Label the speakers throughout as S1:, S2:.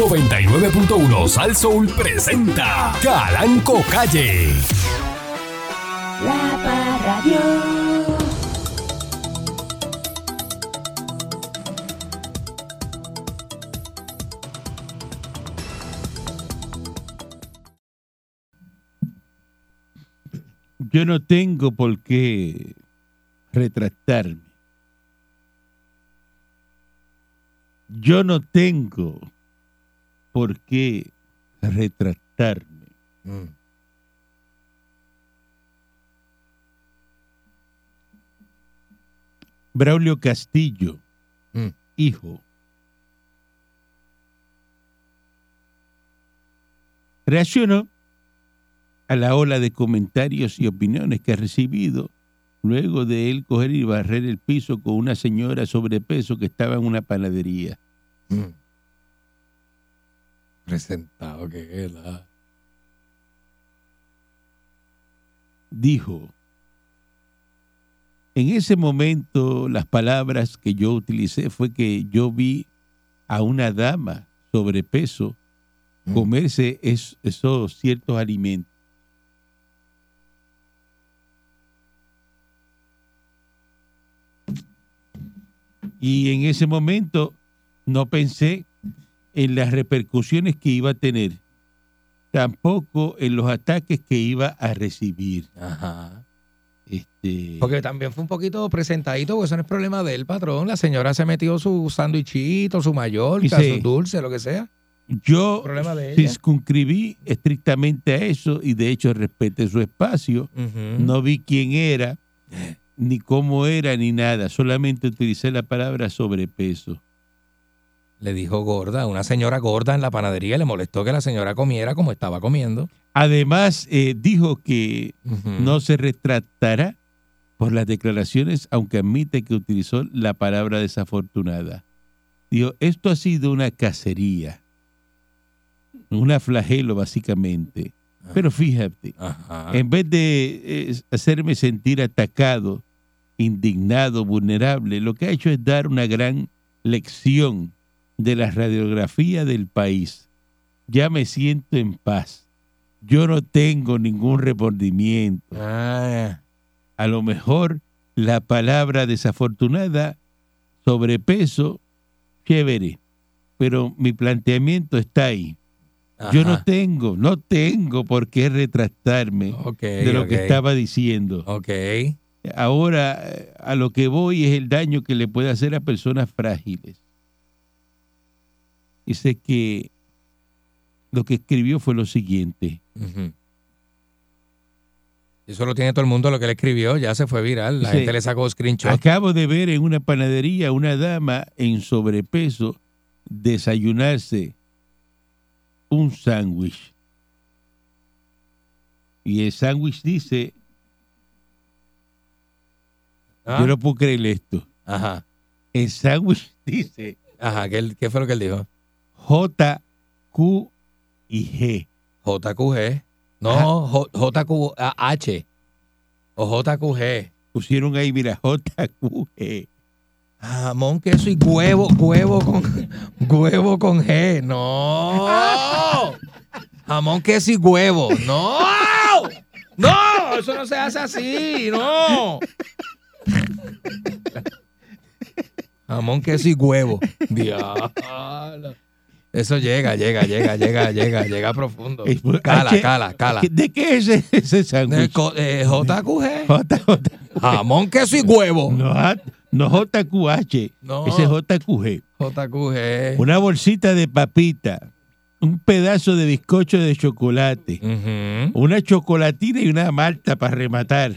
S1: 99.1 Sal Soul presenta Calanco Calle.
S2: La Parradio.
S3: Yo no tengo por qué retractarme. Yo no tengo por qué retractarme. Braulio Castillo, hijo. Reaccionó a la ola de comentarios y opiniones que ha recibido luego de él coger y barrer el piso con una señora sobrepeso que estaba en una panadería.
S4: Mm. Presentado que es la.
S3: dijo, en ese momento las palabras que yo utilicé fue que yo vi a una dama sobrepeso comerse es- esos ciertos alimentos. Y en ese momento no pensé en las repercusiones que iba a tener, tampoco en los ataques que iba a recibir.
S4: Ajá.
S3: Este,
S4: Porque también fue un poquito presentadito, porque eso no es problema del patrón. La señora se metió su sándwichito, su
S3: Y
S4: mallorca,
S3: se-
S4: su dulce, lo que sea.
S3: yo
S4: Problema de ella.
S3: circunscribí estrictamente a eso y de hecho respeté su espacio.
S4: Mm.
S3: No vi quién era, ni cómo era, ni nada. Solamente utilicé la palabra sobrepeso.
S4: Le dijo gorda, una señora gorda en la panadería le molestó que la señora comiera como estaba comiendo.
S3: Además, eh, dijo que
S4: No.
S3: no se retractará por las declaraciones, aunque admite que utilizó la palabra desafortunada. Dijo, esto ha sido una cacería, una flagelo básicamente. Pero fíjate,
S4: Ajá.
S3: en vez de eh, hacerme sentir atacado, indignado, vulnerable, lo que ha hecho es dar una gran lección de la radiografía del país. Ya me siento en paz. Yo no tengo ningún remordimiento.
S4: Ah,
S3: A lo mejor la palabra desafortunada, sobrepeso, chévere. Pero mi planteamiento está ahí. Yo no
S4: ajá.
S3: tengo, no tengo por qué retractarme
S4: Ok,
S3: de lo
S4: ok,
S3: que estaba diciendo.
S4: Ok.
S3: Ahora, eh, a lo que voy es el daño que le puede hacer a personas frágiles. Dice que lo que escribió fue lo siguiente.
S4: Ujú. Eso lo tiene todo el mundo lo que le escribió, ya se fue viral. La
S3: Sí.
S4: gente le sacó screenshot.
S3: Acabo de ver en una panadería a una dama en sobrepeso desayunarse un sándwich. Y el sándwich dice,
S4: Ah,
S3: yo no puedo creer esto.
S4: Ajá.
S3: El sándwich dice
S4: Ajá. ¿Qué, él- ¿Qué fue lo que él dijo?
S3: J, Q y G.
S4: JQG. No, J- JQH. O JQG.
S3: pusieron ahí, mira, JQG.
S4: Jamón, queso y huevo, huevo con huevo con G. No. Jamón, queso y huevo. No. No, eso no se hace así. No. Jamón, queso y huevo. Diablo. Eso llega, llega, llega, llega, llega, llega profundo.
S3: Eh, pues,
S4: Cala,
S3: H-
S4: cala, cala.
S3: ¿De qué es ese- ese sándwich?
S4: Co- eh, JQG.
S3: JJ.
S4: Jamón, queso y huevo.
S3: No, J- no JQH,
S4: No.
S3: ese es JQG.
S4: JQG.
S3: Una bolsita de papita, un pedazo de bizcocho de chocolate,
S4: Ujú.
S3: una chocolatina y una malta para rematar.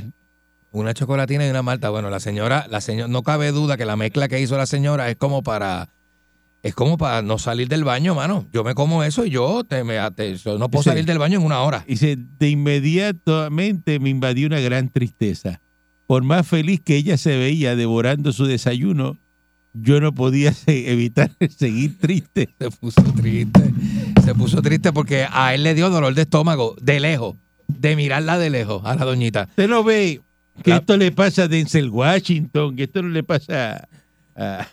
S4: Una chocolatina y una malta. Bueno, la señora, la señora, no cabe duda que la mezcla que hizo la señora es como para, es como para no salir del baño, mano. Yo me como eso y yo te, me, te- yo no puedo
S3: Sí.
S4: salir del baño en una hora.
S3: Dice, de inmediatamente me invadió una gran tristeza. Por más feliz que ella se veía devorando su desayuno, yo no podía se- evitar seguir triste.
S4: Se puso triste. Se puso triste porque a él le dio dolor de estómago, de lejos, de mirarla de lejos a la doñita.
S3: Usted no ve que
S4: La-
S3: esto le pasa a Denzel Washington, que esto no le pasa a,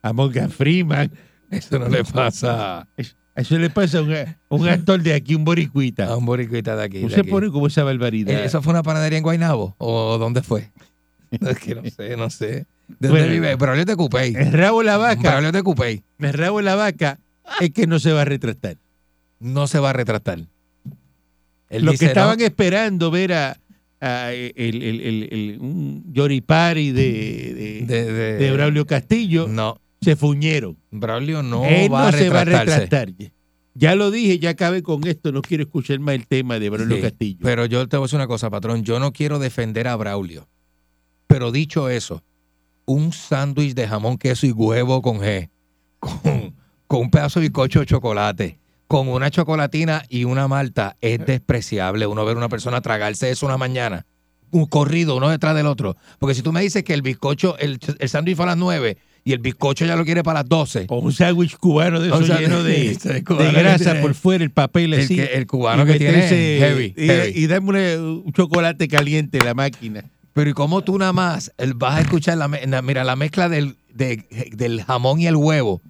S3: a Morgan Freeman,
S4: Eso no le pasa
S3: Eso, eso le pasa a un, a un actor de aquí, un
S4: a
S3: boricuita.
S4: un boricuita de aquí. de
S3: Usted
S4: aquí.
S3: pone como esa barbaridad.
S4: Eh, ¿Eso fue una panadería en Guaynabo? ¿O dónde fue? Es que no sé, no sé. ¿De
S3: Bueno.
S4: dónde vive? Braulio de Cupey.
S3: El rabo de la vaca,
S4: Braulio de Cupey.
S3: el rabo de la vaca es que no se va a retratar.
S4: No se va a retratar. Él
S3: Los
S4: dice,
S3: que estaban
S4: no,
S3: esperando ver a, a el, el- el- el- un Yoripari de, de,
S4: de, de-
S3: de Braulio Castillo
S4: No,
S3: se fuñeron.
S4: Braulio no,
S3: Él
S4: va,
S3: no
S4: a
S3: se va a
S4: retratarse.
S3: retratar. Ya lo dije, ya acabé con esto. No quiero escuchar más el tema de Braulio
S4: Sí,
S3: Castillo.
S4: Pero yo te voy a decir una cosa, patrón. Yo no quiero defender a Braulio. Pero dicho eso, un sándwich de jamón, queso y huevo con G, con, con un pedazo de bizcocho de chocolate, con una chocolatina y una malta, es despreciable uno ver a una persona tragarse eso una mañana. Un corrido uno detrás del otro. Porque si tú me dices que el bizcocho, el, el sándwich fue a las 9 y el bizcocho ya lo quiere para las 12.
S3: o un sándwich cubano de
S4: O
S3: eso
S4: sea,
S3: lleno de,
S4: sí,
S3: de
S4: cubano que
S3: grasa
S4: tiene-
S3: por fuera, el papel
S4: El,
S3: así.
S4: que- el cubano
S3: y
S4: que tiene
S3: meterse-
S4: heavy,
S3: y,
S4: heavy.
S3: y dame una- un chocolate caliente en la máquina.
S4: Pero ¿y cómo tú nada más el- vas a escuchar la, me- na- mira, la mezcla del, de- del jamón y el huevo?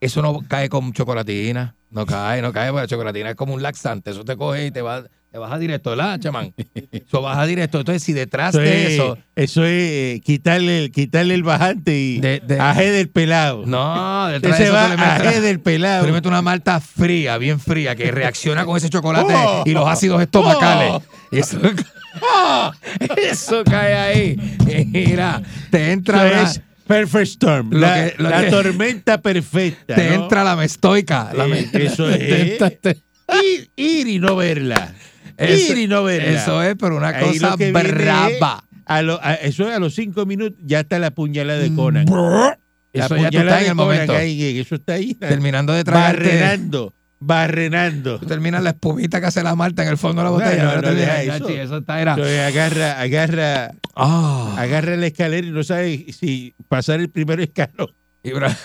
S4: Eso no cae con chocolatina. No cae, no cae, porque la chocolatina es como un laxante. Eso te coge y te, va, te baja directo, ¿verdad, chamán? Eso baja directo. Entonces, si detrás
S3: Eso es,
S4: de eso...
S3: eso es eh, quitarle, el- quitarle el bajante y
S4: De- de-
S3: ajé del pelado.
S4: No,
S3: Usted
S4: detrás de
S3: se
S4: eso
S3: va
S4: tú le metes-
S3: ajé del pelado.
S4: Tú le metes una malta fría, bien fría, que reacciona con ese chocolate
S3: ¡Oh!
S4: y los ácidos estomacales. Eso, ¡Oh! eso cae ahí. Mira, te entra...
S3: Eso
S4: una-
S3: es Perfect Storm.
S4: Lo
S3: la
S4: que- lo
S3: la
S4: que-
S3: tormenta perfecta.
S4: te
S3: ¿no?
S4: entra la mestoica. La
S3: Eh,
S4: me-
S3: eso
S4: te
S3: es.
S4: entra- te-
S3: ir, ir y no verla.
S4: Eso-
S3: ir y no verla.
S4: Eso es, pero una
S3: Ahí
S4: cosa
S3: lo que viene
S4: brava.
S3: es A lo- a- eso es a los cinco minutos, ya está la puñalada de Conan.
S4: Brrr.
S3: La
S4: Mm, Eso ya tú
S3: puñalada
S4: estás
S3: de
S4: en
S3: Conan
S4: el momento.
S3: ahí, eh, eso está ahí.
S4: Terminando de tragarte.
S3: barrenando, barrenando.
S4: Tú terminas la espumita que hace la Marta en el fondo de la botella.
S3: No, no,
S4: Ahora
S3: no,
S4: te
S3: deja
S4: dices,
S3: eso.
S4: "Ay, eso está era.
S3: Entonces agarra, agarra,
S4: Ah.
S3: agarra la escalera y no sabe si pasar el primer escalón.
S4: Y bra-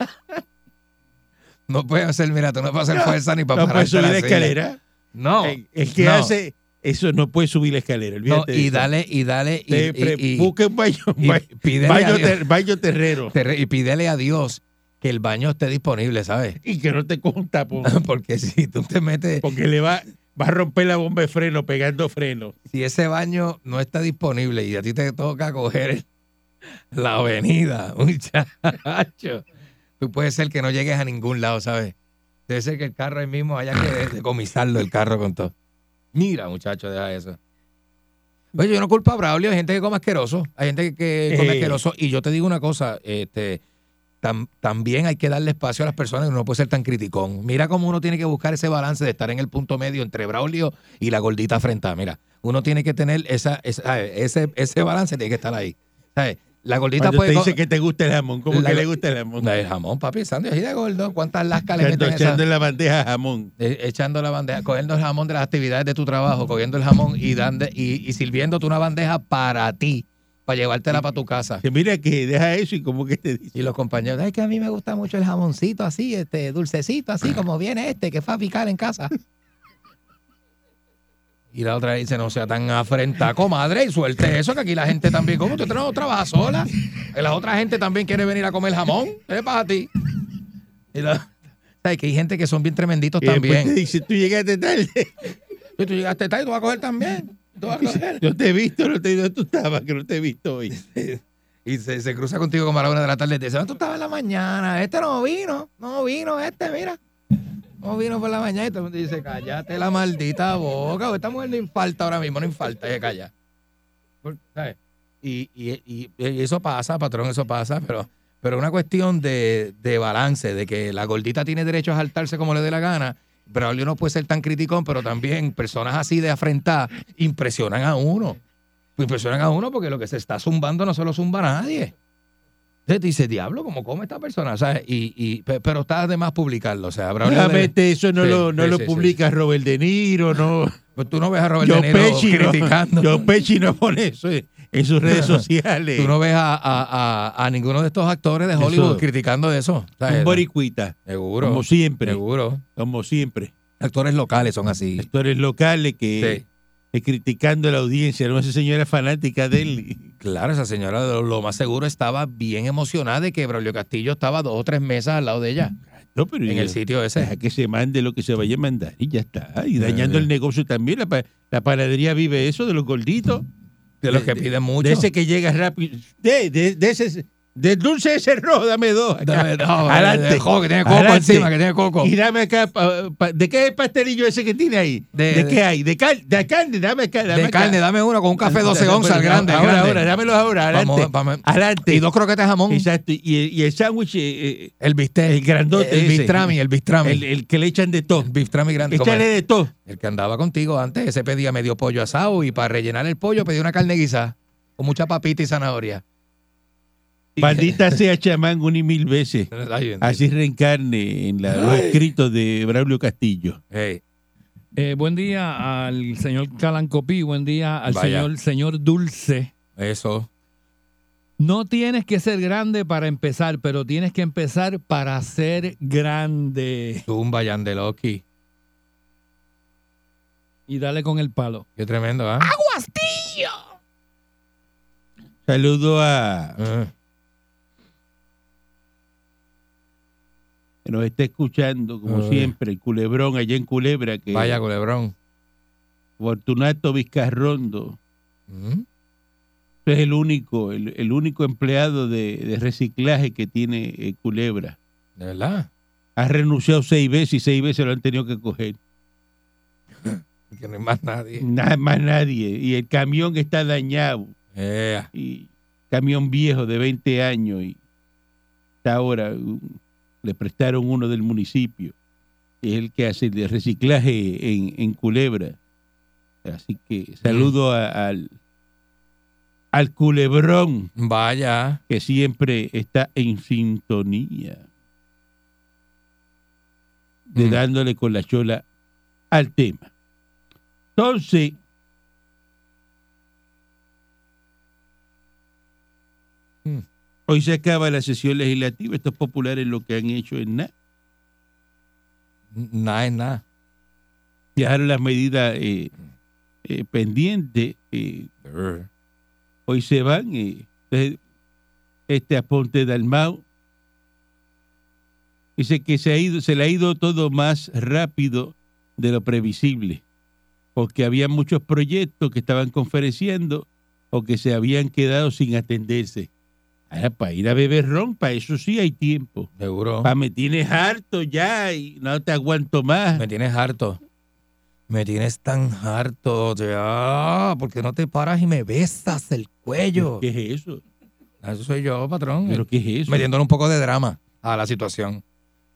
S4: no puedes hacer, mira, tú no puedes hacer
S3: No,
S4: fuerza ni para
S3: No puede
S4: pararte
S3: subir
S4: la
S3: la
S4: silla.
S3: escalera.
S4: No.
S3: Eh, El que
S4: no,
S3: hace eso no puede subir la escalera.
S4: no,
S3: olvídate de
S4: y
S3: eso.
S4: dale, y dale, y,
S3: Te pre-
S4: y, y-
S3: busca un baño,
S4: y
S3: baño-
S4: pídele a
S3: baño,
S4: Dios-
S3: ter- baño terrero
S4: te re- y pídele a Dios que el baño esté disponible, ¿sabes?
S3: y que no te coja un tapón.
S4: Porque si tú te metes,
S3: Porque le va, va a romper la bomba de freno pegando freno.
S4: si ese baño no está disponible y a ti te toca coger el- la avenida, muchacho, tú puedes ser que no llegues a ningún lado, ¿sabes? Debe ser que el carro ahí mismo haya que decomisarlo el carro con todo. Mira, muchacho, deja eso. Oye, yo no culpo a Braulio, hay gente que come asqueroso, hay gente que come
S3: Eh.
S4: asqueroso. Y yo te digo una cosa, este, tam- también hay que darle espacio a las personas y uno no puede ser tan criticón. Mira cómo uno tiene que buscar ese balance de estar en el punto medio entre Braulio y la gordita afrentada. Mira, uno tiene que tener esa, esa- ¿sabes? ese, ese balance, tiene que estar ahí. ¿Sabes? La gordita
S3: Cuando
S4: puede...
S3: te
S4: co-
S3: dice que te gusta el jamón, ¿cómo
S4: La-
S3: que le gusta el jamón?
S4: No, el jamón, papi, el sándwich así de gordo. ¿Cuántas lascas le
S3: Cuando
S4: meten a esa-
S3: echando en la bandeja jamón.
S4: eh, echando la bandeja, cogiendo el jamón de las actividades de tu trabajo, cogiendo el jamón y, dando, y, y sirviéndote una bandeja para ti, para llevártela para tu casa.
S3: Que mira que deja eso y como que te dice.
S4: Y los compañeros, es que a mí me gusta mucho el jamoncito así, este dulcecito así, como viene este, que fue a picar en casa. Y la otra dice, no sea tan afrenta, comadre, y suelte eso, que aquí la gente también, ¿cómo tú no trabajas sola? Que La otra gente también quiere venir a comer jamón, ¿qué le pasa a ti? Y la- ¿Sabes que hay gente que son bien tremenditos
S3: Y después
S4: también?
S3: te dice, tú llegaste tarde.
S4: Y tú llegaste tarde, tú vas a coger también. Tú vas a coger.
S3: Yo te he visto, no te ¿dónde tú estabas, que no te he visto hoy.
S4: Y se, se cruza contigo como a la una de la tarde y te dice, "Ah, tú estabas en la mañana, este no vino, no vino este, mira. No vino por la mañana y todo el mundo dice, cállate la maldita boca, o esta mujer no infarta ahora mismo, no infarta, ella calla. Por- ¿sabes? Y, y- y- y eso pasa, patrón, eso pasa, pero pero una cuestión de, de balance, de que la gordita tiene derecho a saltarse como le dé la gana. Braulio no puede ser tan criticón, pero también personas así de afrentada impresionan a uno. Impresionan a uno porque lo que se está zumbando no se lo zumba a nadie. Entonces te dice, diablo, ¿cómo come esta persona? ¿Sabes? Y, y- pe- pero está de más publicarlo. O sea, Braulio. debe-
S3: Obviamente eso no
S4: Sí,
S3: lo, no
S4: sí,
S3: lo
S4: sí, sí,
S3: publica Robert De Niro, no.
S4: pues tú no ves a Robert
S3: Yo
S4: De Niro
S3: Pesci, no-
S4: criticando.
S3: Joe Pesci no pone eso en, en sus redes sociales.
S4: Tú no ves a, a- a- a ninguno de estos actores de Hollywood
S3: Eso.
S4: criticando de eso. ¿sabes?
S3: Un boricuita,
S4: Seguro.
S3: como siempre,
S4: Seguro.
S3: como siempre.
S4: Actores locales son así.
S3: Actores locales
S4: Sí.
S3: que eh, criticando a la audiencia, no esa señora fanática de él.
S4: Claro, esa señora lo, lo más seguro estaba bien emocionada de que Braulio Castillo estaba dos o tres mesas al lado de ella,
S3: No, pero
S4: en
S3: ya-
S4: el sitio ese.
S3: deja que se mande lo que se vaya a mandar y ya está. Y dañando el negocio también. La, pa- la panadería vive eso de los gorditos.
S4: De los que piden mucho.
S3: De ese que llega rápido. De, de, de ese, del dulce ese rojo, dame dos. acá.
S4: Dame- no,
S3: Adelante.
S4: de coco, que tiene coco
S3: Adelante.
S4: encima, que tiene coco.
S3: Y dame acá, pa- pa- ¿de qué es el pastelillo ese que tiene ahí?
S4: De-
S3: ¿De, qué hay? De, cal- de carne, dame acá. Dame
S4: de
S3: acá.
S4: carne, dame uno con un café 12
S3: Dame-
S4: onzas, el grande, el
S3: Ahora,
S4: grande.
S3: ahora, dámelos ahora, adelante.
S4: Vamos, vamos.
S3: adelante.
S4: Y dos croquetas de jamón.
S3: Exacto, y el, y el sándwich, eh, eh,
S4: El bistec.
S3: El grandote
S4: El
S3: ese.
S4: bistrami, el bistrami.
S3: el,
S4: El,
S3: el que le echan de todo.
S4: bistrami grande. como
S3: Échale
S4: el,
S3: de todo.
S4: el que andaba contigo antes, ese pedía medio pollo asado y para rellenar el pollo pedía una carne guisada con mucha papita y zanahoria. Y-
S3: Maldita sea chamán una y mil veces.
S4: Ay, bendito.
S3: Así reencarne en la- los escritos de Braulio Castillo.
S4: Ey,
S5: Eh, buen día al señor Calancopí, buen día Ah, al
S4: Vaya.
S5: señor, señor Dulce.
S4: eso.
S5: No tienes que ser grande para empezar, pero tienes que empezar para ser grande.
S4: Tumba, Yandeloki.
S5: Y dale con el palo.
S4: Qué tremendo, ¿ah?
S3: Saludo a
S4: Eh,
S3: que nos está escuchando, como
S4: Ay.
S3: siempre, el culebrón allá en Culebra, que
S4: Vaya, culebrón.
S3: Fortunato Vizcarrondo
S4: Mm,
S3: es el único, el, el único empleado de, de reciclaje que tiene eh, Culebra.
S4: De verdad.
S3: Ha renunciado seis veces y seis veces lo han tenido que coger.
S4: Que no hay más nadie.
S3: Nada más nadie. Y el camión está dañado.
S4: Eh,
S3: y camión viejo de 20 años y hasta ahora uh, le prestaron uno del municipio. Es el que hace el reciclaje en, en Culebra. Así que saludo a- al, al culebrón
S4: vaya.
S3: que siempre está en sintonía de
S4: Mm.
S3: dándole con la chola al tema. Entonces,
S4: Mm.
S3: hoy se acaba la sesión legislativa. Estos populares lo que han hecho es nada.
S4: Nada es nada.
S3: Dejaron las medidas eh, eh, pendientes. eh,
S4: Brr.
S3: hoy se van. eh, entonces, este aponte Dalmau dice que se, ha ido, se le ha ido todo más rápido de lo previsible, porque había muchos proyectos que estaban conferenciando o que se habían quedado sin atenderse. Ahora, para ir a beber ron, para eso sí hay tiempo.
S4: Seguro.
S3: Pa, me tienes harto ya y no te aguanto más.
S4: Me tienes harto. Me tienes tan harto. Ya, porque no te paras y me besas el cuello.
S3: ¿Qué es eso?
S4: Eso soy yo, patrón.
S3: ¿Pero qué es eso?
S4: Metiéndole un poco de drama a la situación.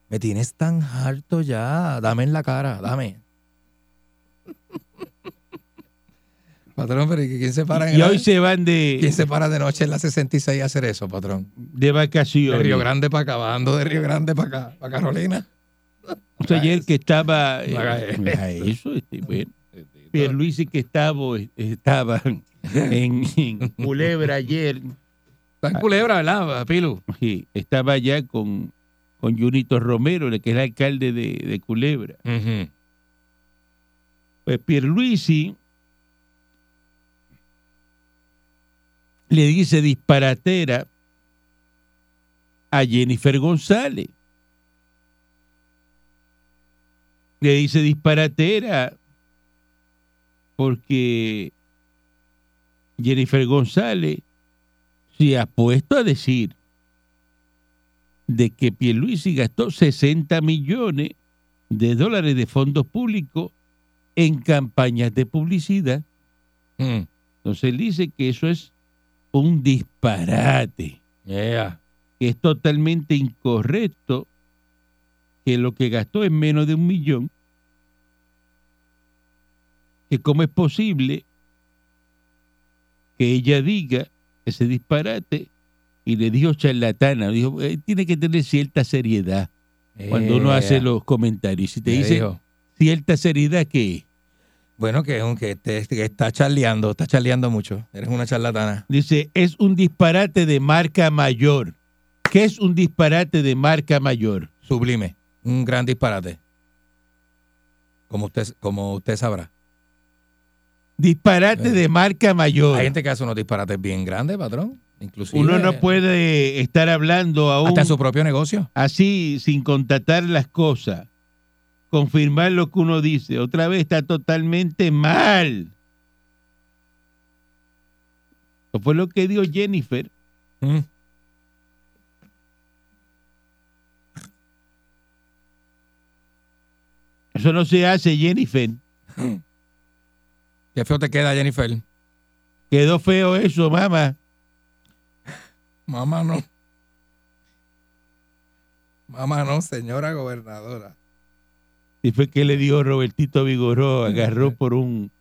S4: Me tienes tan harto ya. Dame en la cara, dame. patrón, pero ¿y quién se para en
S3: Y
S4: la-
S3: hoy se van
S4: ¿Quién
S3: de,
S4: se para de noche en la 66 a hacer eso, patrón?
S3: de
S4: De
S3: vacaciones.
S4: Río Grande para acá, bajando de Río Grande para acá, para Carolina.
S3: O sea, ayer que estaba eh,
S4: No haga eso.
S3: no haga eso, este, bueno, Pierluisi que estaba, eh, estaba en, en Culebra ayer,
S4: Está
S3: Ah.
S4: en culebra, ¿verdad, Pilu?
S3: sí, estaba allá con, con Junito Romero, el que es el alcalde de, de Culebra. Pues Pierluisi le dice disparatera a Jennifer González. Le dice disparatera porque Jennifer González se ha puesto a decir de que Pierluisi gastó 60 millones de dólares de fondos públicos en campañas de publicidad.
S4: Mm.
S3: Entonces él dice que eso es un disparate,
S4: Yeah.
S3: que es totalmente incorrecto, que lo que gastó es menos de un millón, que cómo es posible que ella diga ese disparate y le dijo charlatana, dijo, "Eh, tiene que tener cierta seriedad cuando uno
S4: Yeah.
S3: hace los comentarios. Si te
S4: Me
S3: dice
S4: Eh, dijo,
S3: cierta seriedad, que
S4: Bueno, que aunque te, que está charleando, está charleando mucho. Eres una charlatana.
S3: Dice, es un disparate de marca mayor. ¿Qué es un disparate de marca mayor?
S4: Sublime. Un gran disparate. Como usted, como usted sabrá.
S3: Disparate de marca mayor.
S4: Eh. Hay gente que hace unos disparates bien grandes, patrón. Inclusive,
S3: Uno no puede estar hablando aún
S4: Hasta en su propio negocio.
S3: así sin contratar las cosas. Confirmar lo que uno dice. Otra vez está totalmente mal. Eso fue lo que dijo Jennifer.
S4: Mm.
S3: Eso no se hace, Jennifer.
S4: Qué feo te queda, Jennifer.
S3: Quedó feo eso, mamá.
S4: Mamá no. Mamá no, señora gobernadora.
S3: Y fue que le dio Robertito Vigoró, agarró por un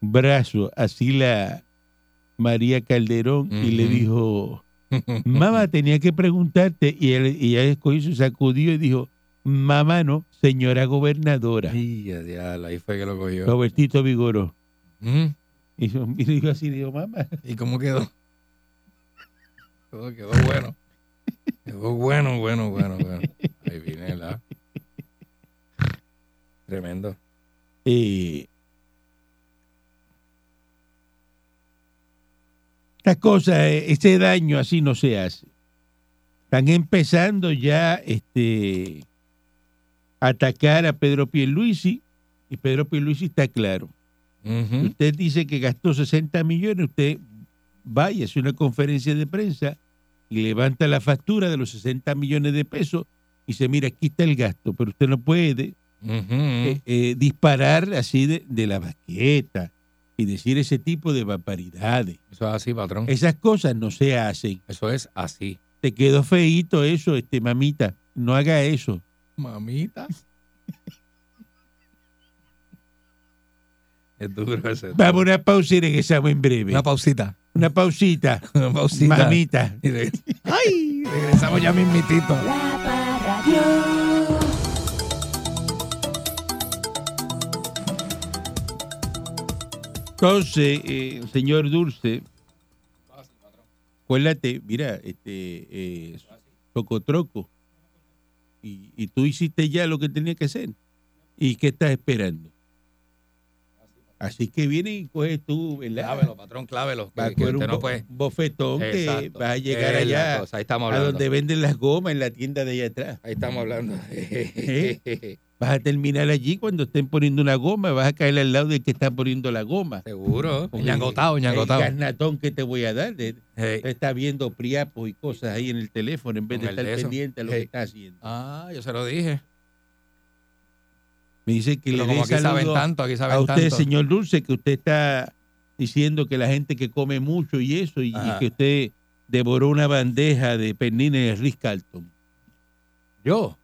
S3: brazo así la María Calderón y le
S4: Ujú.
S3: dijo, mamá, tenía que preguntarte. Y, él, y ella escogió, se sacudió y dijo, mamá no, señora gobernadora.
S4: Ay, ya, ya, ahí fue que lo cogió.
S3: Robertito Vigoró.
S4: Mm.
S3: Y yo- y le dijo así, dijo, mamá.
S4: ¿Y cómo quedó? Todo quedó bueno. Quedó bueno, bueno, bueno, bueno. Ahí viene la. Tremendo.
S3: Eh, esta cosa, eh, este daño así no se hace. Están empezando ya este, a atacar a Pedro Pierluisi y Pedro Pierluisi está claro.
S4: Ujú.
S3: Usted dice que gastó 60 millones, usted vaya, hace una conferencia de prensa y levanta la factura de los 60 millones de pesos y dice, mira, aquí está el gasto, pero usted no puede
S4: Ujú.
S3: eh, eh, disparar así de, de la baqueta y decir ese tipo de barbaridades.
S4: Eso es así, patrón.
S3: Esas cosas no se hacen.
S4: Eso es así.
S3: Te quedó feíto eso, este mamita. No haga eso.
S4: Mamita. Es duro ese.
S3: Vamos a una pausa y regresamos en breve.
S4: Una pausita.
S3: Una pausita.
S4: Una pausita.
S3: Mamita.
S4: Y reg- ¡Ay! Regresamos ya mismitito.
S2: La Parradio.
S3: Entonces, eh, señor Dulce, acuérdate, mira, este, eh, Socotroco, y, y tú hiciste ya lo que tenía que hacer. ¿Y qué estás esperando? Así que viene y coges tú, ¿verdad?
S4: Clávelo, patrón, clávelo.
S3: Va a
S4: pues, Que, que
S3: coger
S4: usted
S3: un
S4: no
S3: bo-
S4: puede.
S3: bofetón que
S4: Exacto.
S3: vas a llegar
S4: Es la
S3: allá
S4: cosa, Ahí
S3: a
S4: estamos hablando.
S3: donde venden las gomas en la tienda de allá atrás.
S4: Ahí estamos hablando.
S3: Vas a terminar allí cuando estén poniendo una goma, vas a caer al lado del que está poniendo la goma.
S4: Seguro.
S3: Con
S4: Ñangotado,
S3: el- Eh.
S4: ñangotado.
S3: El carnatón que te voy a dar. de-
S4: Hey.
S3: está viendo priapos y cosas ahí en el teléfono en vez
S4: Eh, Con
S3: de
S4: el
S3: estar
S4: de eso.
S3: pendiente a lo
S4: Ey.
S3: que está haciendo.
S4: Ah, yo se lo dije.
S3: Me dice que
S4: Pero
S3: le
S4: como
S3: dé
S4: aquí saben
S3: saludo a
S4: tanto, aquí
S3: a
S4: saben
S3: usted,
S4: tanto.
S3: señor Dulce, que usted está diciendo que la gente que come mucho y eso, y, y
S4: Ajá.
S3: que usted devoró una bandeja de pernil de Riz Carlton.
S4: Yo.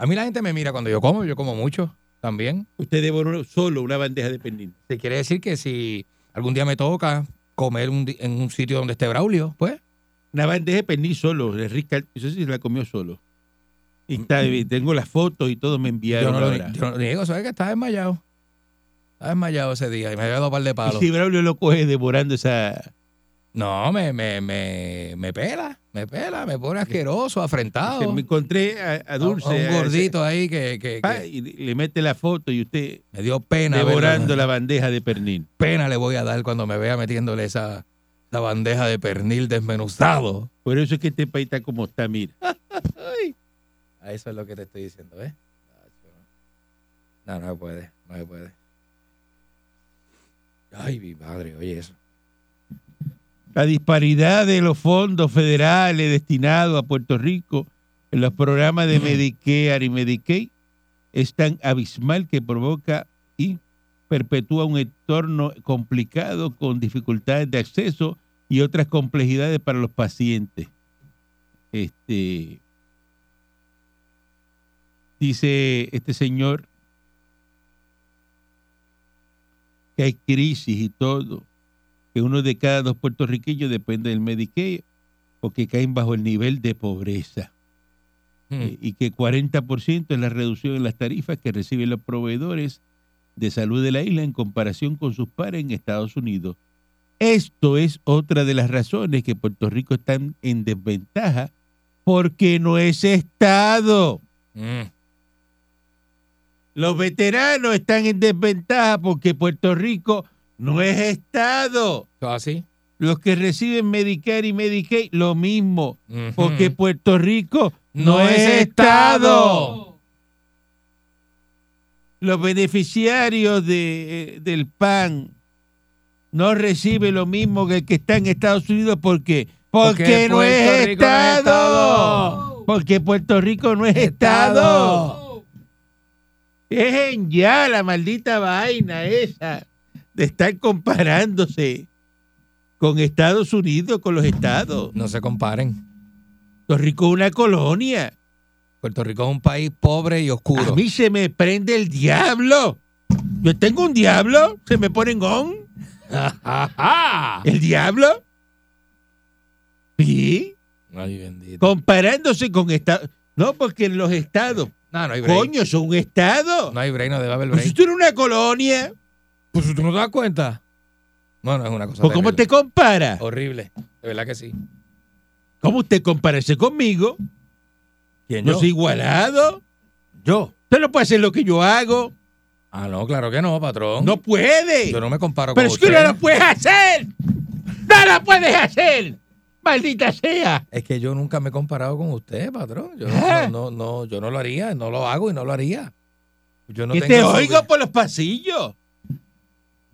S4: A mí la gente me mira cuando yo como, yo como mucho también.
S3: Usted devoró solo una bandeja de pernil.
S4: Se quiere decir que si algún día me toca comer un di- en un sitio donde esté Braulio, pues.
S3: Una bandeja de pernil solo, de Riz Carlton. Eso sí se la comió solo. Y está- tengo las fotos y todo me
S4: Mm, yo
S3: enviaron
S4: no lo
S3: ahora.
S4: yo no lo niego, ¿sabes que estaba desmayado? Estaba desmayado ese día y me había dado un par de
S3: y
S4: palos.
S3: si Braulio lo coge devorando esa...
S4: No, me, me, me, me pela, me pela, me pone asqueroso, afrentado.
S3: Me encontré a, a
S4: Ah, oh. A-
S3: Dulce.
S4: a un
S3: a-
S4: gordito ahí que, que-
S3: Pa,
S4: que
S3: y le mete la foto y usted
S4: me dio pena.
S3: devorando
S4: verlo.
S3: la bandeja de pernil.
S4: Pena le voy a dar cuando me vea metiéndole esa, esa bandeja de pernil desmenuzado.
S3: Por eso es que este país está como está, mira.
S4: A Ah, eso es lo que te estoy diciendo, ¿eh? No, no se puede, no se puede. Ay, mi madre, oye eso.
S3: La disparidad de los fondos federales destinados a Puerto Rico en los programas de Medicare y Medicaid es tan abismal que provoca y perpetúa un entorno complicado con dificultades de acceso y otras complejidades para los pacientes. Este dice este señor que hay crisis y todo, que uno de cada dos puertorriqueños depende del Medicaid o que caen bajo el nivel de pobreza eh, y que 40% es la reducción en las tarifas que reciben los proveedores de salud de la isla en comparación con sus pares en Estados Unidos. Esto es otra de las razones que Puerto Rico está en- en desventaja porque no es Estado.
S4: Mm.
S3: Los veteranos están en desventaja porque Puerto Rico No es Estado.
S4: Así.
S3: Los que reciben Medicare y Medicaid, lo mismo.
S4: Mm.
S3: Porque Puerto Rico no, es Estado. Los beneficiarios de, eh, del PAN no reciben lo mismo que el que está en Estados Unidos. ¿Por qué? Porque,
S4: Porque
S3: no
S4: Puerto
S3: es
S4: Rico no es
S3: Estado.
S4: Estado.
S3: Porque Puerto Rico no es Estado.
S4: Estado.
S3: Es en ya la maldita vaina esa de estar comparándose con Estados Unidos, con los estados.
S4: No se comparen.
S3: Puerto Rico es una colonia.
S4: Puerto Rico es un país pobre y
S3: A
S4: oscuro.
S3: mí se me prende el diablo. Yo tengo un diablo, se me ponen on. ¿El diablo? Sí,
S4: Ay, bendito.
S3: comparándose con Estados No, porque en los estados,
S4: No, no hay break.
S3: coño, son un estado.
S4: No hay break, no debe haber
S3: Pues si
S4: break.
S3: tú eres una colonia,
S4: Pues tú no te das cuenta. No, no, es una cosa
S3: pues ¿cómo
S4: terrible.
S3: te compara?
S4: Horrible. De verdad que sí.
S3: ¿Cómo usted compararse conmigo?
S4: ¿Quién
S3: No soy igualado.
S4: ¿Yo?
S3: Usted no puede hacer lo que yo hago.
S4: Ah, no, claro que no, patrón.
S3: No puede.
S4: Yo no me comparo
S3: Pero
S4: con
S3: es que no
S4: usted.
S3: lo puedes hacer. No lo puedes hacer. Maldita sea.
S4: Es que yo nunca me he comparado con usted, patrón. Yo
S3: ¿Ah?
S4: no, no, no, yo no lo haría, no lo hago y no lo haría. Yo no
S3: que
S4: tengo
S3: te
S4: esa-
S3: oigo por los pasillos.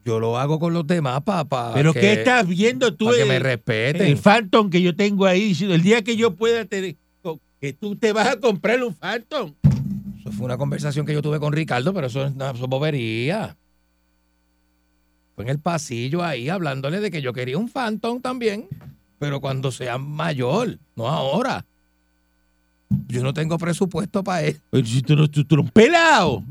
S4: Yo lo hago con los demás, papá.
S3: Pero ¿qué estás viendo tú?
S4: Para que me
S3: el,
S4: respeten.
S3: el Phantom que yo tengo ahí. diciendo, El día que yo pueda tener... co- Que tú te vas a comprar un Phantom.
S4: Eso fue una conversación que yo tuve con Ricardo, pero eso es una eso es bobería. Fue en el pasillo ahí hablándole de que yo quería un Phantom también, pero cuando sea mayor, no ahora. Yo no tengo presupuesto para eso.
S3: Pero si tú, no- tú- tú eres un pelado.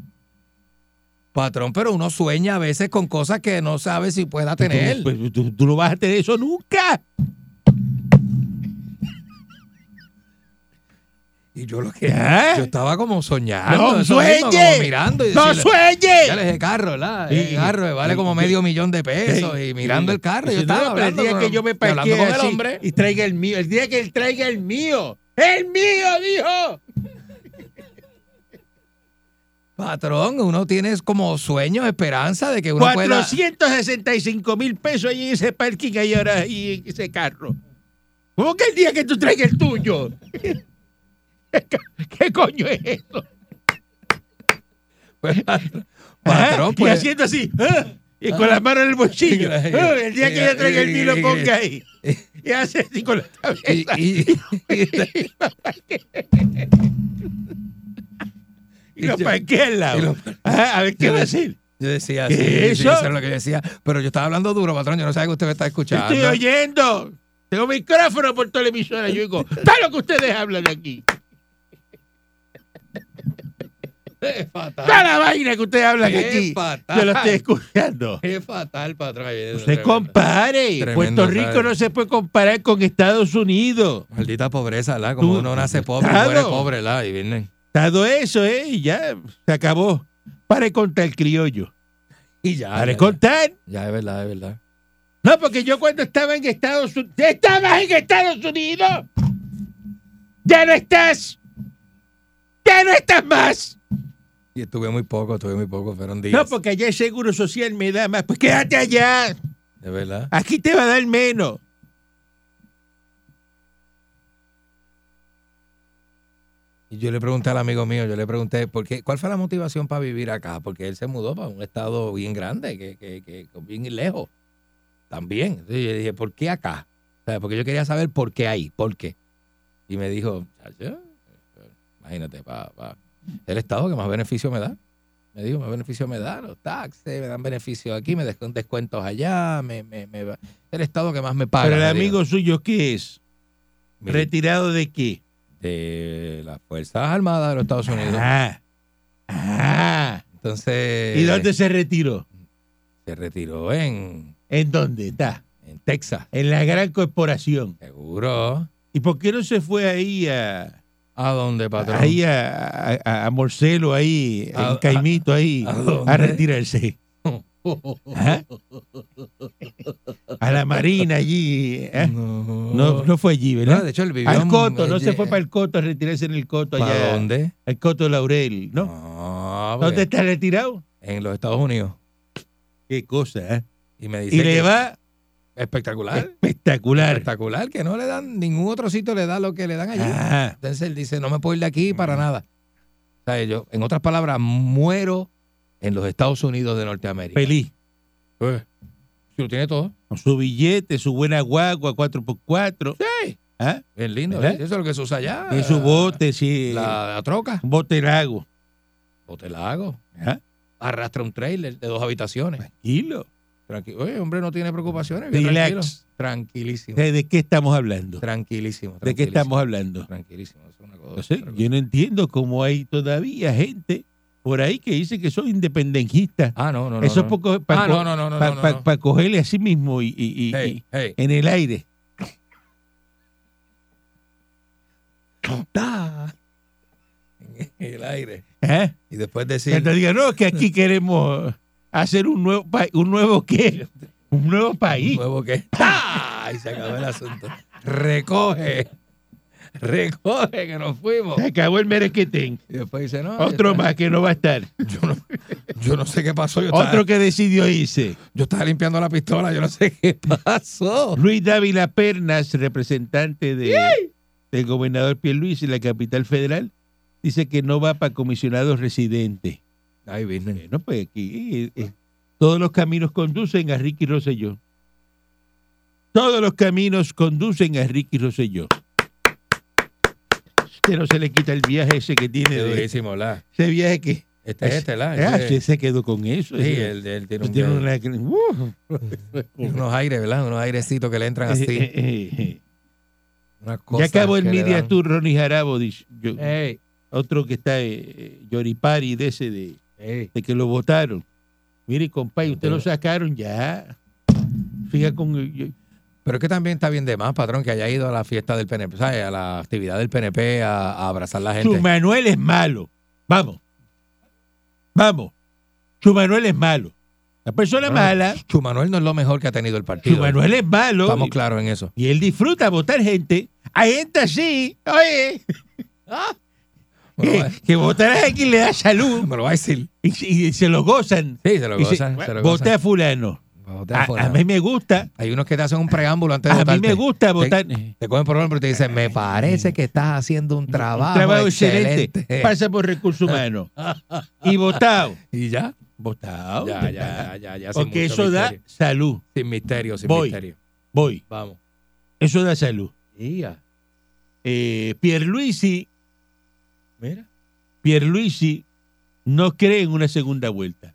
S4: Patrón, pero uno sueña a veces con cosas que no sabe si pueda tener.
S3: Tú, pues, tú- tú no vas a tener eso nunca.
S4: Y yo lo que.
S3: ¿Eh?
S4: Yo estaba como soñando.
S3: ¡No
S4: eso mismo,
S3: sueñe!
S4: como mirando. Y
S3: ¡No
S4: decirle, Ya
S3: sueñes!
S4: le dije carro, ¿verdad?
S3: Sí.
S4: Ese carro me vale como
S3: Sí.
S4: medio millón de pesos.
S3: Sí.
S4: Y mirando el carro. Yo
S3: Dice, no,
S4: estaba
S3: pero
S4: hablando
S3: el día
S4: con-
S3: que yo me
S4: y hablando
S3: parqué
S4: con el
S3: así
S4: hombre.
S3: y traiga el mío, el día que él traiga el mío, el mío, dijo.
S4: Patrón, uno tiene como sueños, esperanza de que uno pueda.
S3: 465 mil pesos ahí en ese parking ahí ahora ahí en ese carro. ¿Cómo que el día que tú traigas el tuyo? ¿Qué coño es eso? Ajá,
S4: Pues, Patrón,
S3: Y
S4: pues.
S3: haciendo así, ah, y con las manos en el bolsillo. Ah, el día que yo traiga el mío lo ponga ahí. Y hace así con la
S4: y-
S3: cabeza.
S4: y- y-
S3: Y lo parquea al
S4: y
S3: lado.
S4: lo-
S3: Ajá, a ver qué va a hacer.
S4: yo decía,
S3: ¿Qué
S4: sí, sí,
S3: eso?
S4: eso es lo que yo decía. Pero yo estaba hablando duro, patrón. Yo no sabía que usted me está
S3: Te
S4: escuchando.
S3: Estoy oyendo. Tengo micrófono por televisora. Yo digo, está lo que ustedes hablan aquí.
S4: Es fatal.
S3: Está la vaina que ustedes hablan
S4: Qué
S3: aquí.
S4: fatal.
S3: Yo lo estoy escuchando.
S4: Es fatal, patrón. Ahí viene
S3: Usted
S4: tremendo.
S3: compare.
S4: Tremendo,
S3: Puerto Rico
S4: claro.
S3: no se puede comparar con Estados Unidos.
S4: Maldita pobreza, ¿verdad? Como
S3: Tú-
S4: uno nace pobre,
S3: Claro.
S4: muere pobre, ¿verdad? Y vienen.
S3: Dado eso, ¿eh? Y ya se acabó. Pare contar el criollo.
S4: Y ya.
S3: Pare
S4: ya,
S3: contar.
S4: ya. Ya, es verdad, es verdad.
S3: No, porque yo cuando estaba en Estados Unidos. ¡Estabas en Estados Unidos! ¡Ya no estás! ¡Ya no estás más!
S4: Y estuve muy poco, estuve muy poco, fueron días.
S3: No, pues. porque allá el seguro social me da más. Pues quédate allá.
S4: Es verdad.
S3: Aquí te va a dar menos.
S4: Y yo le pregunté al amigo mío, yo le pregunté, ¿por qué, ¿cuál fue la motivación para vivir acá? Porque él se mudó para un estado bien grande, que, que, que bien lejos. También. Entonces yo le dije, ¿por qué acá? O sea, porque yo quería saber por qué ahí, por qué. Y me dijo, "Chacho, imagínate, pa, pa, el estado que más beneficio me da. Me dijo, más beneficio me da, los taxes, me dan beneficios aquí, me dan descuentos allá, me, me, me va- el estado que más me paga.
S3: Pero el
S4: me dijo.
S3: amigo suyo, ¿qué es?
S4: Mil-
S3: ¿Retirado de qué?
S4: de las Fuerzas Armadas de los Estados Unidos.
S3: Ah. Ah.
S4: Entonces,
S3: ¿Y dónde se retiró?
S4: se retiró en,
S3: ¿En dónde está?
S4: en Texas,
S3: En la gran corporación.
S4: seguro.
S3: ¿Y por qué no se fue ahí a,
S4: ¿A dónde, patrón?
S3: ahí a, a- a Morcelo, ahí,
S4: ¿A-
S3: en Caimito, ahí,
S4: a- a
S3: a,
S4: dónde?
S3: retirarse? Ajá. ¿Eh? A la Marina allí. ¿eh?
S4: No.
S3: No, no fue allí,
S4: No,
S3: ¿verdad?
S4: de hecho, él vivió
S3: Al
S4: en-
S3: Coto, no
S4: eh,
S3: se fue para el Coto a retirarse en el Coto
S4: ¿Para
S3: allá.
S4: dónde?
S3: Al Coto Laurel, ¿no?
S4: No,
S3: ¿Dónde
S4: porque
S3: está retirado?
S4: en los Estados Unidos.
S3: Qué cosa, ¿eh?
S4: Y me dice
S3: Y le
S4: que
S3: va
S4: espectacular.
S3: espectacular.
S4: Espectacular, que no le dan, ningún otro sitio le da lo que le dan allí.
S3: Ah, Mm.
S4: Entonces él dice, no me puedo ir de aquí para nada. O sea, yo, en otras palabras, muero en los Estados Unidos de Norteamérica.
S3: feliz.
S4: Eh, si lo tiene todo.
S3: Con su billete, su buena guagua 4x4.
S4: Sí.
S3: ¿ah?
S4: Bien lindo.
S3: ¿Verdad?
S4: ¿eh? Eso es lo que se usa allá.
S3: Y su bote, sí.
S4: La, la troca.
S3: Un bote lago.
S4: O te la hago.
S3: ¿ah?
S4: Arrastra un trailer de dos habitaciones.
S3: Tranquilo.
S4: Tranqui- Oye, hombre, no tiene preocupaciones. bien tranquilo.
S3: Relax. O
S4: Tranquilísimo.
S3: sea, ¿De qué estamos hablando?
S4: Tranquilísimo.
S3: ¿De qué
S4: tranquilísimo,
S3: estamos hablando?
S4: Tranquilísimo. Eso es una cosa-
S3: No sé,
S4: otra cosa.
S3: yo no entiendo cómo hay todavía gente por ahí que dice que son independentistas.
S4: Ah, no, no, no.
S3: Eso es
S4: no.
S3: para
S4: Ah, no, no, no, no, no, no, no.
S3: cogerle a sí mismo y, y- y-
S4: Hey, hey.
S3: y en el aire.
S4: Ta. En el aire.
S3: ¿eh?
S4: Y después
S3: Que
S4: decir.
S3: te digan, no, es que aquí queremos hacer un nuevo país. ¿Un nuevo qué? Un nuevo país.
S4: Nuevo que. ¡Ah! Y se acabó el asunto. Recoge. Recoge que nos fuimos.
S3: Se acabó el merequetén.
S4: Y después dice, no.
S3: Otro más que no va a estar.
S4: Yo no, yo no sé qué pasó. Yo
S3: Otro
S4: estaba,
S3: que decidió irse.
S4: yo estaba limpiando la pistola. Yo no sé qué pasó.
S3: Luis Dávila Pernas, representante de, del gobernador Pierluisi en la capital federal, dice que no va para comisionados residentes.
S4: Ay, business.
S3: Bueno, pues aquí eh, eh, todos los caminos conducen a Ricky Rosselló. Todos los caminos conducen a Ricky Rosselló. Usted no se le quita el viaje ese que tiene.
S4: Qué
S3: de-
S4: durísimo, la.
S3: ese viaje que...
S4: Este es este, la.
S3: Ah,
S4: Este-
S3: sí, se quedó con eso.
S4: sí,
S3: ese-
S4: él, él tiene, un-
S3: tiene una- uh,
S4: unos aires, ¿verdad? Unos airecitos que le entran
S3: eh,
S4: así.
S3: eh, eh, eh.
S4: unas
S3: Ya
S4: cosas
S3: acabó el
S4: que le
S3: Media
S4: dan.
S3: Tour, Ronnie Jarabo. dice, yo-
S4: Ey,
S3: otro que está eh, eh, Yoripari de ese de,
S4: ey.
S3: de que lo votaron. Mire, compadre, usted lo sacaron ya. Fija con. eh, yo-
S4: Pero es que también está bien de más, patrón, que haya ido a la fiesta del PNP, ¿sabes? A la actividad del PNP, a, a abrazar a la gente.
S3: Su Manuel es malo. Vamos. Vamos. Su Manuel es malo. La persona
S4: Bueno,
S3: mala,
S4: Ah, Chu Manuel no es lo mejor que ha tenido el partido.
S3: su Manuel es malo.
S4: Estamos claros en eso.
S3: Y él disfruta votar gente. Hay gente así, oye,
S4: Eh,
S3: que, que votar a alguien le da salud
S4: Me lo va a decir.
S3: y, se- y se lo gozan.
S4: Sí, se lo
S3: Y se-
S4: gozan. se lo
S3: voté
S4: gozan.
S3: a fulano.
S4: Voté
S3: A,
S4: fuera.
S3: a mí me gusta.
S4: Hay unos que te hacen un preámbulo antes de
S3: A mí
S4: votarte.
S3: me gusta votar.
S4: Te cogen por el hombro y te dicen, me parece que estás haciendo un trabajo,
S3: Un trabajo excelente.
S4: excelente.
S3: Pasa por recursos humanos. y votado.
S4: Y ya.
S3: Votado.
S4: Ya, ya, ya, ya, ya, sin
S3: Porque
S4: mucho
S3: eso da
S4: misterio.
S3: salud.
S4: Sin misterio, sin
S3: Voy.
S4: misterio.
S3: Voy.
S4: Vamos.
S3: Eso da salud.
S4: Ya.
S3: Eh, Pierluisi,
S4: Mira.
S3: Pierluisi no cree en una segunda vuelta.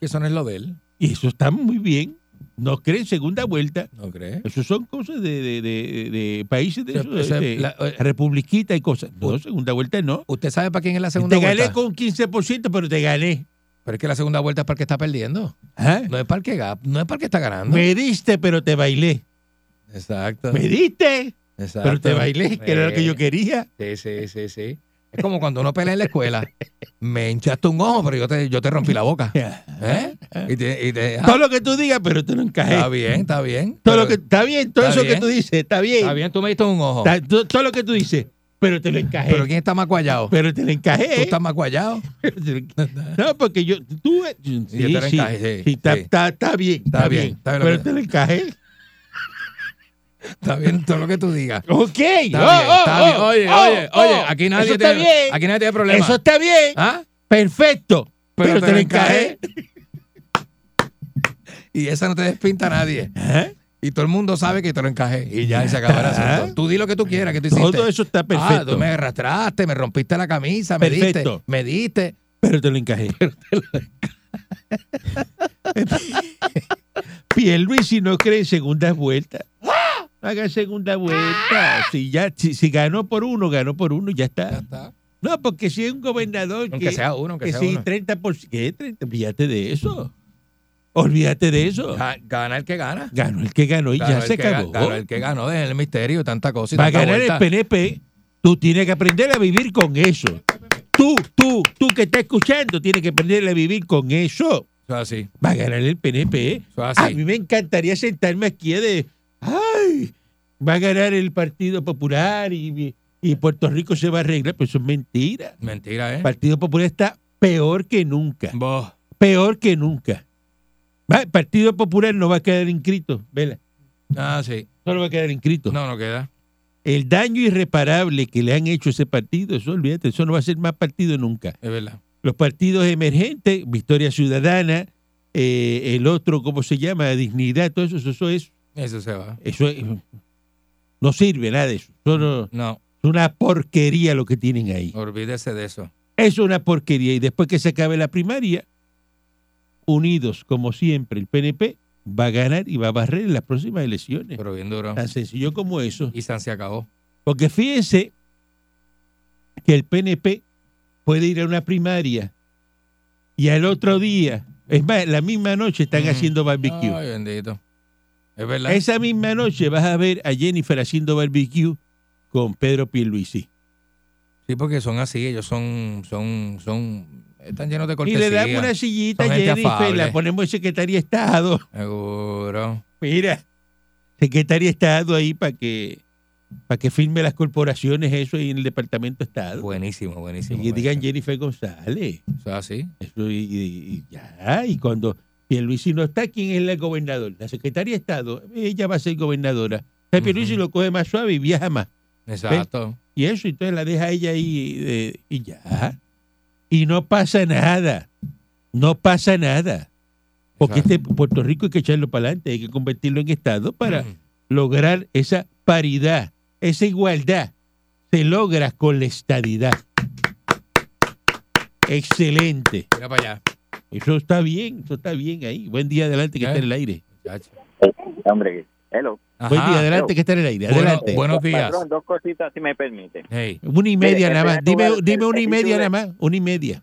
S4: Que eso no es lo de él.
S3: Y eso está muy bien. No cree en segunda vuelta.
S4: ¿No crees?
S3: Eso son cosas de, de- de- de países de,
S4: O sea,
S3: esos,
S4: o sea,
S3: de-
S4: la- eh,
S3: republiquita y cosas. No, segunda vuelta no.
S4: ¿Usted sabe para quién es la
S3: Te
S4: segunda
S3: gané
S4: vuelta?
S3: con 15%, pero te gané.
S4: Pero es que la segunda vuelta es para el que está perdiendo.
S3: ¿Ah?
S4: No es para el que, ga- no es para el que está ganando.
S3: Me diste, pero te bailé.
S4: Exacto.
S3: Me diste,
S4: Exacto.
S3: pero te bailé, que era lo que yo
S4: Eh,
S3: quería.
S4: Sí, sí, sí, sí. Es como cuando uno pelea en la escuela. Me hinchaste un ojo, pero yo te, yo te rompí la boca. ¿Eh? Y te, y te- ah,
S3: Todo lo que tú digas, pero te lo
S4: está
S3: encajé.
S4: bien, está bien.
S3: Todo lo que,
S4: pero-
S3: está bien, todo
S4: está
S3: eso que
S4: bien.
S3: tú dices, está bien.
S4: Está bien, tú me diste un ojo.
S3: Ta- to- todo lo que tú dices, pero te lo encajé.
S4: Pero
S3: Pero,
S4: ¿quién está más guayado?
S3: te lo
S4: Tú
S3: encajé.
S4: estás más guayado.
S3: pero te lo enca- No, porque yo. Tú, eh, sí,
S4: yo te lo
S3: sí,
S4: encajé, sí,
S3: sí, está,
S4: sí.
S3: está- está bien, está,
S4: Está bien,
S3: bien.
S4: está bien lo
S3: pero
S4: que-
S3: te lo encajé.
S4: Está bien todo lo que tú digas.
S3: Ok. Oh,
S4: Está bien,
S3: oh,
S4: está
S3: oh,
S4: bien. Oye,
S3: oh,
S4: oye,
S3: oh.
S4: oye. Aquí nadie,
S3: Eso
S4: tiene,
S3: está bien.
S4: aquí nadie tiene problema.
S3: Eso está bien.
S4: ¿Ah?
S3: Perfecto. Pero, te, lo encajé.
S4: encajé. Y esa no te despinta a nadie.
S3: Ajá.
S4: Y todo el mundo sabe que te lo encajé. Y ya, y se acabó el
S3: Ajá.
S4: asunto. Tú di lo que tú quieras, que tú hiciste.
S3: Todo eso está
S4: Ah,
S3: perfecto.
S4: tú me arrastraste, me rompiste la camisa, me
S3: Perfecto.
S4: diste, me diste.
S3: Pero te lo encajé. Pierluisi no cree en segunda vuelta. No Haga segunda vuelta. Si ya si, si ganó por uno, ganó por uno, ya está. No, porque si es un gobernador
S4: Aunque
S3: que,
S4: sea uno, aunque
S3: que
S4: sea
S3: si
S4: uno.
S3: 30%, ¿qué? 30, olvídate de eso. Olvídate de eso.
S4: Ga- Gana el que gana.
S3: Ganó el que ganó y
S4: Ganó
S3: ya
S4: el
S3: se
S4: que ga-
S3: acabó.
S4: ganó el que ganó, dejen el misterio, tanta cosa. y
S3: Para
S4: tanta
S3: ganar el
S4: vuelta.
S3: PNP, tú tienes que aprender a vivir con eso. Tú, tú, tú que estás escuchando, tienes que aprender a vivir con eso.
S4: Eso es así.
S3: Va a ganar el PNP.
S4: Eso es
S3: A
S4: así.
S3: mí me encantaría sentarme aquí de, ay, va a ganar el Partido Popular y, y Puerto Rico se va a arreglar. Pero eso es mentira.
S4: Mentira,
S3: El
S4: ¿eh?
S3: Partido Popular está peor que nunca.
S4: Vos.
S3: Peor que nunca. Va, El Partido Popular no va a quedar inscrito, vela.
S4: Ah, sí.
S3: No lo va a quedar inscrito.
S4: No, no queda.
S3: El daño irreparable que le han hecho a ese partido, eso olvídate, eso no va a ser más partido nunca.
S4: Es verdad.
S3: Los partidos emergentes, Victoria Ciudadana, eh, el otro, ¿cómo se llama? Dignidad, todo eso, eso, eso es,
S4: Eso se va.
S3: eso es- no sirve nada de eso. Eso no-
S4: No,
S3: es una porquería lo que tienen ahí.
S4: olvídese de eso.
S3: Es una porquería. Y después que se acabe la primaria, unidos, como siempre, el PNP va a ganar y va a barrer en las próximas elecciones.
S4: Pero bien duro.
S3: Tan sencillo como eso.
S4: Y San se acabó.
S3: Porque fíjense que el PNP puede ir a una primaria y al otro día, es más, la misma noche están
S4: Mm.
S3: haciendo barbecue.
S4: Ay, bendito. Es verdad.
S3: Esa misma noche vas a ver a Jennifer haciendo barbecue con Pedro Pierluisi.
S4: Sí, porque son así, ellos son, son, son, están llenos de
S3: Y
S4: cortesía.
S3: le damos una sillita a
S4: Son gente
S3: Jennifer, la
S4: afable.
S3: ponemos en Secretaría de Estado.
S4: Seguro.
S3: Mira, Secretaría de Estado ahí para que, para que firme las corporaciones eso ahí en el Departamento de Estado.
S4: Buenísimo,
S3: y
S4: buenísimo.
S3: que digan
S4: buenísimo.
S3: Jennifer González.
S4: Eso es así.
S3: Eso y, y- y ya, y cuando Pierluisi no está, ¿quién es el gobernador? La secretaria de Estado, ella va a ser gobernadora. O sea, Pierluisi
S4: Ujú.
S3: lo coge más suave y viaja más.
S4: Exacto.
S3: Y eso, entonces la deja ella ahí eh, y ya. Y no pasa nada. No pasa nada. Porque
S4: Exacto.
S3: este Puerto Rico hay que echarlo para adelante, hay que convertirlo en Estado para
S4: Mm.
S3: lograr esa paridad, esa igualdad. Se logra con la estadidad. Excelente.
S4: Mira para allá.
S3: Eso está bien, eso está bien ahí. Buen día, adelante, que
S4: Ya.
S3: está en el aire.
S4: muchacho.
S6: Hombre, hello.
S4: Ajá.
S3: Buen día, adelante, que está en el aire.
S4: Bueno,
S3: Adelante.
S4: buenos días.
S6: Patrón, dos cositas, si me permite.
S4: Hey.
S3: Una y media
S6: Mire,
S3: nada
S6: en
S3: más.
S6: primer
S3: Dime,
S6: lugar,
S3: dime
S6: el-
S3: una y
S6: el
S3: media
S6: título
S3: nada
S6: es-
S3: más. Una y media.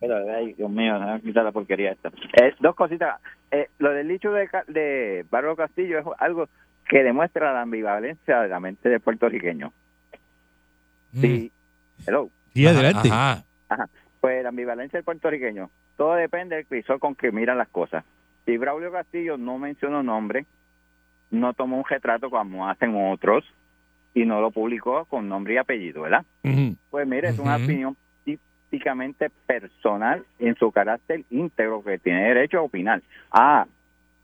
S6: Pero, ay, Dios mío, déjame quitar la porquería esta. Eh, dos cositas. Eh, lo del dicho de, Ca- de Barro Castillo es algo que demuestra la ambivalencia de la mente del puertorriqueño.
S4: Mm.
S6: Sí. Hello.
S3: Sí,
S4: Ajá,
S3: adelante.
S4: Ajá.
S6: Pues la ambivalencia del puertorriqueño. Todo depende del crisol con que miran las cosas. Si Braulio Castillo no mencionó nombre, no tomó un retrato como hacen otros y no lo publicó con nombre y apellido, ¿verdad?
S3: Ujú.
S6: Pues mire, es una
S4: Ujú.
S6: opinión típicamente personal en su carácter íntegro que tiene derecho a opinar. Ah,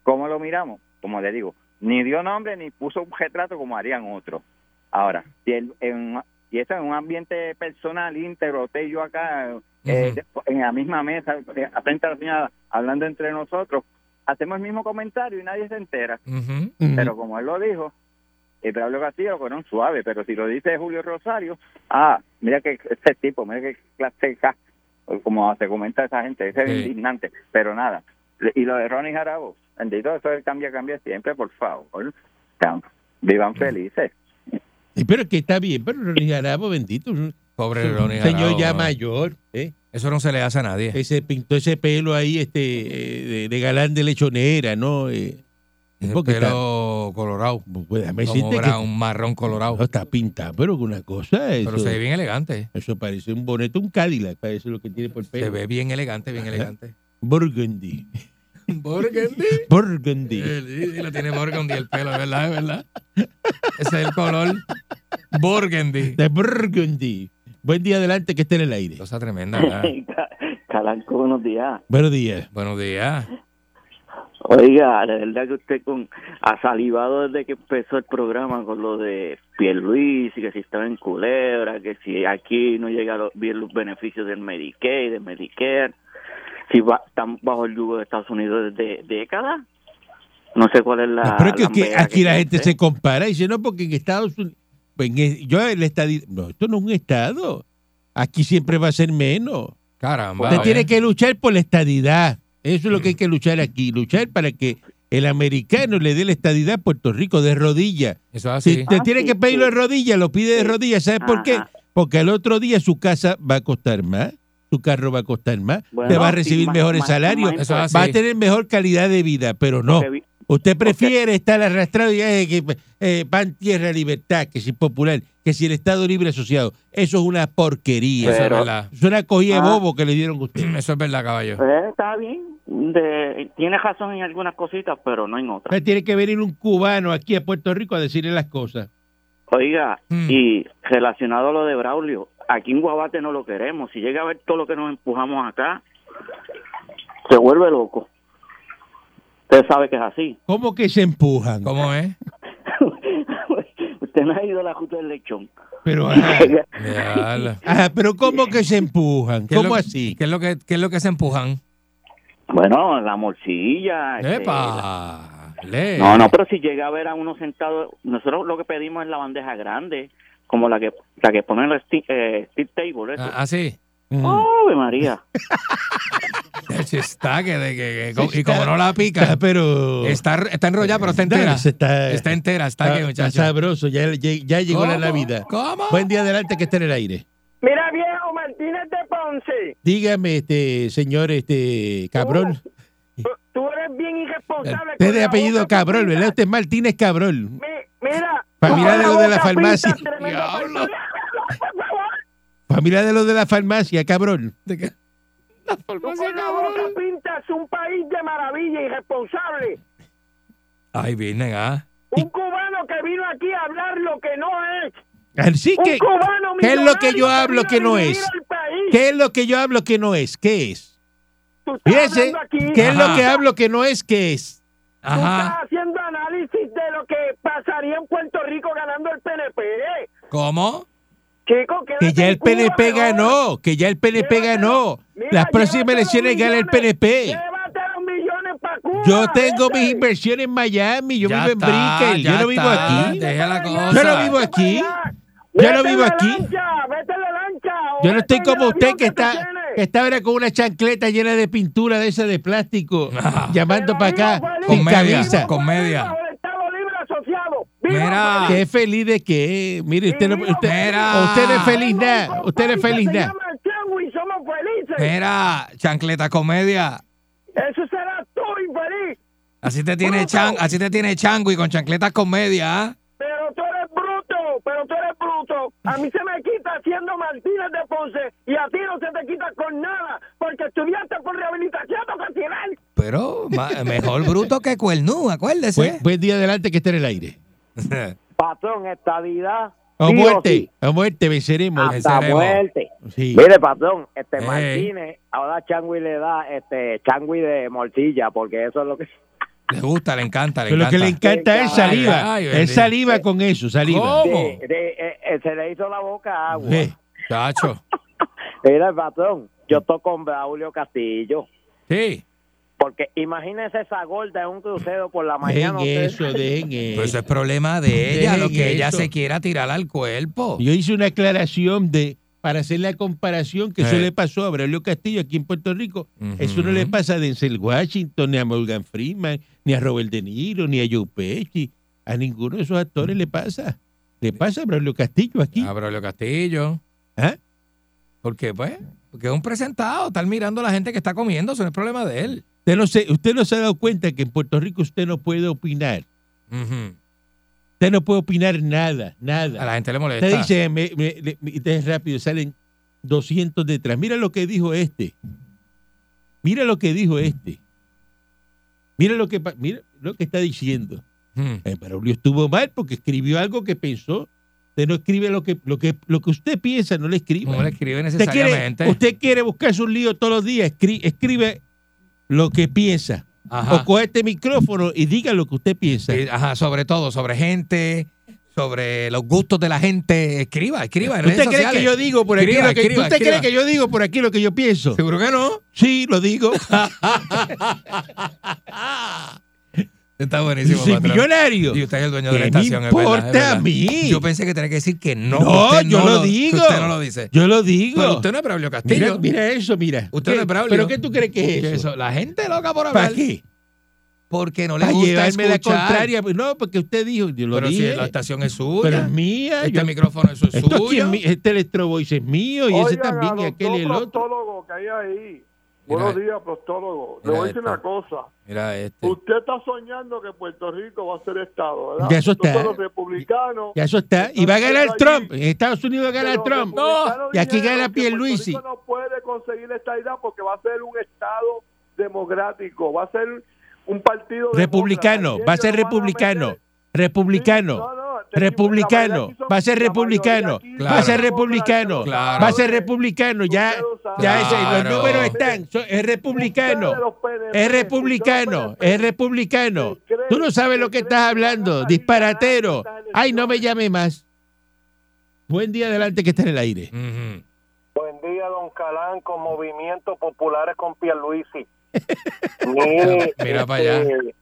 S6: ¿cómo lo miramos? Como le digo, ni dio nombre ni puso un retrato como harían otros. Ahora, si él, en, y eso en un ambiente personal íntegro, usted y yo acá eh, en la misma mesa, eh, frente a la señora, hablando entre nosotros, hacemos el mismo comentario y nadie se entera.
S4: Ujú.
S6: Pero como él lo dijo, el Pablo Castillo lo fueron suave, pero si lo dice Julio Rosario, ah, mira que este tipo, mira que clase de ca- como se comenta esa gente, ese es
S4: Sí.
S6: indignante, pero nada. Le- Y lo de Ronnie Jarabo, bendito, eso es cambia, cambia siempre, por favor. Tan- Vivan felices.
S3: Sí, pero que está bien, pero Ronnie Jarabo, bendito. Un
S4: Pobre Ronnie
S3: señor
S4: Jarabo,
S3: ya
S4: ¿no?
S3: mayor, ¿eh?
S4: Eso no se le hace a nadie.
S3: que se pintó ese pelo ahí este eh, de, de galán de lechonera, ¿no? Eh,
S4: El
S3: porque
S4: pelo colorado.
S3: pues, déjame
S4: Como
S3: decirte que
S4: era un marrón colorado.
S3: no está pintado, pero con una cosa. Eso,
S4: Pero se ve bien elegante.
S3: eso parece un boneto, un Cadillac, parece lo que tiene por
S4: Se
S3: pelo.
S4: ve bien elegante, bien elegante.
S3: Burgundy.
S4: Burgundy.
S3: Burgundy.
S4: Sí, sí, lo tiene Burgundy el pelo, es verdad, es verdad. Ese es el color Burgundy.
S3: de Burgundy. Buen día adelante que esté en el aire.
S4: Cosa tremenda, ¿verdad?
S6: Calanco, buenos días.
S3: Buenos días.
S4: Buenos días.
S6: Oiga, la verdad que usted con, ha salivado desde que empezó el programa con lo de Pierluis, que si estaba en Culebra, que si aquí no llega los- bien los beneficios del Medicaid, del Medicare, si va, están bajo el yugo de Estados Unidos desde décadas. No sé cuál es Ah, la...
S3: No, pero es que, que
S6: lambera
S3: aquí la
S6: tiene
S3: gente
S6: usted.
S3: se compara y dice, no, porque en Estados Unidos... pues, en el- yo el estadi- No, esto no es un estado. Aquí siempre va a ser menos.
S4: Caramba.
S3: Usted
S4: oye.
S6: eh.
S3: tiene que luchar por la estadidad. Eso es lo que hay
S6: Mm.
S3: que luchar aquí. Luchar para que el americano le dé la estadidad a Puerto Rico de rodillas.
S4: Eso es
S3: Si
S4: así.
S3: usted
S6: Ah,
S3: tiene
S6: sí,
S3: que pedirlo de
S6: sí.
S3: rodillas, lo pide de
S6: Sí.
S3: rodillas. ¿Sabe por qué?
S6: Ajá.
S3: Porque al otro día su casa va a costar más, su carro va a costar más,
S6: Bueno,
S3: te va a
S6: sí,
S3: recibir
S6: más-
S3: mejores
S6: más-
S3: salarios,
S6: más
S4: Eso es así.
S3: va a tener mejor calidad de vida, pero no.
S6: Porque vi-
S3: Usted prefiere estar arrastrado y eh, que, eh, pan, tierra, libertad, que si popular, que si el Estado libre asociado. Eso es una porquería.
S4: Eso es
S6: Pero-
S4: verdad. Mm,
S3: Es una cogida de
S6: Ah.
S3: bobo que le dieron a usted.
S4: Eso es verdad, caballo.
S6: Eh, está bien, de- tiene razón en algunas cositas, pero no en
S3: O
S6: otras.
S3: sea, tiene que venir un cubano aquí a Puerto Rico a decirle las cosas.
S6: Oiga,
S4: Mm.
S6: y relacionado a lo de Braulio, aquí en Guabate no lo queremos. Si llega a ver todo lo que nos empujamos acá, se vuelve loco.
S7: Usted sabe que es así.
S3: ¿Cómo que se empujan?
S4: ¿Cómo es?
S7: Usted no ha ido a la justa del lechón.
S3: Pero, ajá,
S4: Diablo.
S3: ajá, pero ¿cómo que se empujan?
S4: ¿Qué es
S3: ¿Cómo
S4: lo-
S3: así?
S4: ¿Qué es lo que, qué es lo que se empujan?
S7: Bueno, la morcilla. este, la-
S4: ¡Epa! Le.
S7: No, no, pero si llega a ver a uno sentado, nosotros lo que pedimos es la bandeja grande, como la que la que ponen en el sti- eh, steak table. eso.
S4: Ah, ah, sí.
S3: Mm.
S7: ¡Ave María!
S4: Leche, Está que, de que- que-
S3: Sí,
S4: y como
S3: está-
S4: no la
S3: Está,
S4: pica,
S3: pero
S4: está, está enrollada, pero está entera.
S3: está, está,
S4: Está entera, está que,
S3: está
S4: muchacho.
S3: sabroso, ya, ya, ya llegó la
S4: ¿Cómo?
S3: Navidad.
S4: ¿Cómo?
S3: Buen día adelante que esté en el aire.
S8: Mira viejo, Martínez de Ponce,
S3: Dígame, este señor, este cabrón.
S8: tú, tú eres bien
S3: Usted
S8: irresponsable.
S3: es
S8: pues con
S3: de
S8: la
S3: apellido
S8: boca
S3: Cabrón,
S8: pinta.
S3: ¿verdad? Usted es Martínez Cabrón.
S8: Mi- mira.
S3: Familia
S8: con
S3: de Pues lo de la
S8: boca pinta,
S3: farmacia.
S8: tremendo
S4: Diablo.
S8: personaje. Por favor,
S3: Familia de los de la farmacia, cabrón.
S8: tú con la boca pintas un país de maravilla, irresponsable.
S4: Ay, vienen, ah.
S8: Un cubano que vino aquí a hablar lo que no es.
S3: Así
S8: Un
S3: que,
S8: cubano
S3: ¿qué es lo que yo
S8: millonario
S3: hablo
S8: vino
S3: que
S8: a
S3: no
S8: dirigir
S3: es?
S8: al país.
S3: ¿qué es lo que yo hablo que no es? ¿Qué es?
S8: Tú estás
S3: Fíjese,
S8: hablando aquí,
S3: ¿qué es lo
S4: Ajá.
S3: que hablo que no es? ¿Qué es?
S8: tú
S4: Ajá.
S8: estás haciendo análisis de lo que pasaría en Puerto Rico ganando el PNP.
S4: ¿Cómo?
S8: Chico,
S3: Que
S8: quédate
S3: ya
S8: en
S3: el
S8: Cuba
S3: PNP
S8: mejor.
S3: ganó, que ya el PNP ganó.
S8: Mira,
S3: Las próximas
S8: llévate los
S3: elecciones gana el
S8: millones,
S3: PNP.
S8: Llévate los millones para Cuba.
S3: Yo tengo
S8: vete.
S3: mis inversiones en Miami, yo vivo en Brickell, yo
S4: ya
S3: no vivo
S4: está,
S3: aquí.
S4: Deja la
S3: Yo
S4: cosa.
S3: no vivo
S8: Vete para
S3: aquí.
S8: allá.
S3: Yo no
S8: Vete en
S3: vivo
S8: la
S3: aquí.
S8: lancha, vete en la lancha, o
S3: Yo no
S8: vete
S3: estoy
S8: en
S3: como
S8: el
S3: usted
S8: avión
S3: que
S8: tú
S3: está,
S8: tienes.
S3: que está ahora con una chancleta llena de pintura de esa de plástico, llamando
S8: El
S3: para
S8: avión
S3: acá
S8: fue libre.
S3: sin
S4: Comedia,
S3: camisa.
S4: con- comedia.
S8: Viva el Estado Libre Asociado. Viva
S4: Mira.
S3: Qué feliz de que es. Mire, usted, no-
S8: Mira.
S3: usted, usted no es feliz
S8: Tengo un
S3: nada.
S8: compadre
S3: Usted no es feliz
S8: que se
S3: nada.
S8: llama el Chavo y somos felices.
S4: Mira, chancleta comedia.
S8: Eso será tú infeliz.
S4: Así te tiene chan, así te tiene chango y con chancleta comedia, ¿ah?
S8: Pero tú eres bruto, pero tú eres bruto. A mí se me quita haciendo Martínez de Ponce y a ti no se te quita con nada porque estudiaste por rehabilitación vocacional.
S4: Pero ma- mejor bruto que cuernú,
S3: Buen,
S4: acuérdese.
S3: buen día adelante que esté en el aire.
S8: Patrón, estadidad.
S3: A
S8: sí o
S3: muerte,
S8: sí.
S3: a muerte, venceremos.
S8: Hasta
S4: venceremos.
S8: muerte.
S4: Ah.
S3: Sí.
S8: Mire, patrón, este
S4: Ey.
S8: Martínez, ahora Changui le da este Changui de morcilla, porque eso es lo que.
S4: le gusta, le encanta, le
S3: Pero lo
S4: encanta.
S3: que le encanta es saliva.
S4: Ay, ay,
S3: es
S4: bendito.
S3: saliva con eso, saliva. Eh,
S4: ¿Cómo?
S8: de- de- eh, eh, se le hizo la boca agua.
S3: Sí.
S4: Chacho.
S8: Mira, patrón, yo estoy con Braulio Castillo.
S4: Sí.
S8: Porque imagínese esa gorda en un crucero por la mañana.
S3: Dejen
S8: usted-
S3: eso, dejen
S4: Pero Pues
S3: eso.
S4: eso es problema Eh, de ella, lo que
S3: Dejen
S4: ella
S3: eso.
S4: se quiera tirar al cuerpo.
S3: Yo hice una aclaración de para hacer la comparación que eso
S4: Eh.
S3: le pasó a Braulio Castillo aquí en Puerto Rico.
S4: Ujú.
S3: Eso no le pasa a Denzel Washington, ni a Morgan Freeman, ni a Robert De Niro, ni a Joe Pesci. A ninguno de esos actores le pasa. Le pasa a Braulio Castillo aquí.
S4: A Braulio Castillo.
S3: ¿Eh?
S4: ¿Por qué, pues? Porque es un presentado, estar mirando a la gente que está comiendo, eso no es problema de él.
S3: Usted no, se, usted no se ha dado cuenta que en Puerto Rico usted no puede opinar.
S4: Ujú.
S3: Usted no puede opinar nada, nada.
S4: A la gente le molesta.
S3: Usted dice, me, me- le- me- ustedes rápido, salen 200 detrás. Mira lo que dijo este. Mira lo que dijo este. Mira lo que, pa- mira lo que está diciendo.
S4: Ujú.
S3: Eh, Braulio estuvo mal porque escribió algo que pensó. Usted no escribe lo que, lo que, lo que usted piensa, no le escribe.
S4: No le escribe
S3: usted, quiere,
S4: necesariamente.
S3: usted quiere buscarse un lío todos los días, escri- escribe lo que piensa.
S4: Ajá.
S3: O coge este micrófono y diga lo que usted piensa.
S4: Sí, ajá, sobre todo, sobre gente, sobre los gustos de la gente. Escriba, escriba. En redes
S3: ¿Usted cree que
S4: sociales.
S3: yo digo por aquí
S4: Escriba,
S3: lo que
S4: escriba,
S3: usted
S4: escriba.
S3: cree que yo digo por aquí lo que yo pienso?
S4: Seguro que no.
S3: Sí, lo digo.
S4: Está
S3: Y
S4: buenísimo.
S3: soy
S4: patrón.
S3: millonario.
S4: Y usted es el dueño de la
S3: ¿Qué me
S4: estación. es verdad,
S3: importa
S4: es verdad.
S3: a mí?
S4: Yo pensé que tenía que decir que no.
S3: No,
S4: que usted
S3: yo lo
S4: que
S3: digo.
S4: Usted no lo dice.
S3: Yo lo digo.
S4: Pero usted no es Braulio
S3: mira,
S4: Castillo.
S3: mira eso, mira.
S4: Usted no es
S3: ¿Qué-
S4: Braulio.
S3: ¿Pero qué tú crees que es
S4: ¿Qué es
S3: eso?
S4: eso? La gente loca por hablar.
S3: ¿Para qué?
S4: Porque no le
S3: Para
S4: gusta
S3: llevarme la
S4: escuchar.
S3: contraria. No, porque usted dijo, yo lo
S4: Pero si
S3: dije.
S4: la estación es
S3: pero
S4: suya.
S3: es mía.
S4: este
S3: yo-
S4: micrófono eso es
S3: esto aquí
S4: suyo.
S3: es mi- este electrovoice es mío y ese
S9: Oigan
S3: también
S9: a
S3: y
S9: los
S3: aquel
S9: dos
S3: y el otro.
S9: proctólogos que hay ahí.
S4: Mira,
S9: Buenos días, proctólogo. Le
S4: mira
S9: voy a decir
S4: esta.
S9: una cosa.
S4: Mira este.
S9: Usted está soñando que Puerto Rico va a ser Estado, ¿verdad?
S3: Ya eso está.
S9: Nosotros los republicanos.
S3: Ya eso está. Y va a ganar Trump. En Estados Unidos gana
S9: que los
S3: Trump.
S9: republicanos
S3: Y aquí
S9: dijeron
S3: gana
S9: que
S3: Pierluisi.
S9: Puerto Rico no puede conseguir esta idea porque va a ser un Estado democrático. Va a ser un partido. demócrata.
S3: Republicano.
S9: Y
S3: Va a
S9: ellos
S3: ser
S9: no van a
S3: republicano.
S9: meter- Sí,
S3: Republicano.
S9: no, no, te
S3: Republicano, va a ser republicano, va a ser republicano,
S4: Claro.
S3: va a ser republicano, ya, ya ese- los
S4: Claro.
S3: números están, so- es republicano, es republicano, es republicano. Tú no sabes lo que estás hablando, disparatero. Ay, no me llame más. Buen día adelante que está en el aire.
S4: Ujú.
S9: Buen día, don Calanco, Movimientos Populares con Pierluisi. Mire,
S4: Mira para allá.
S9: este,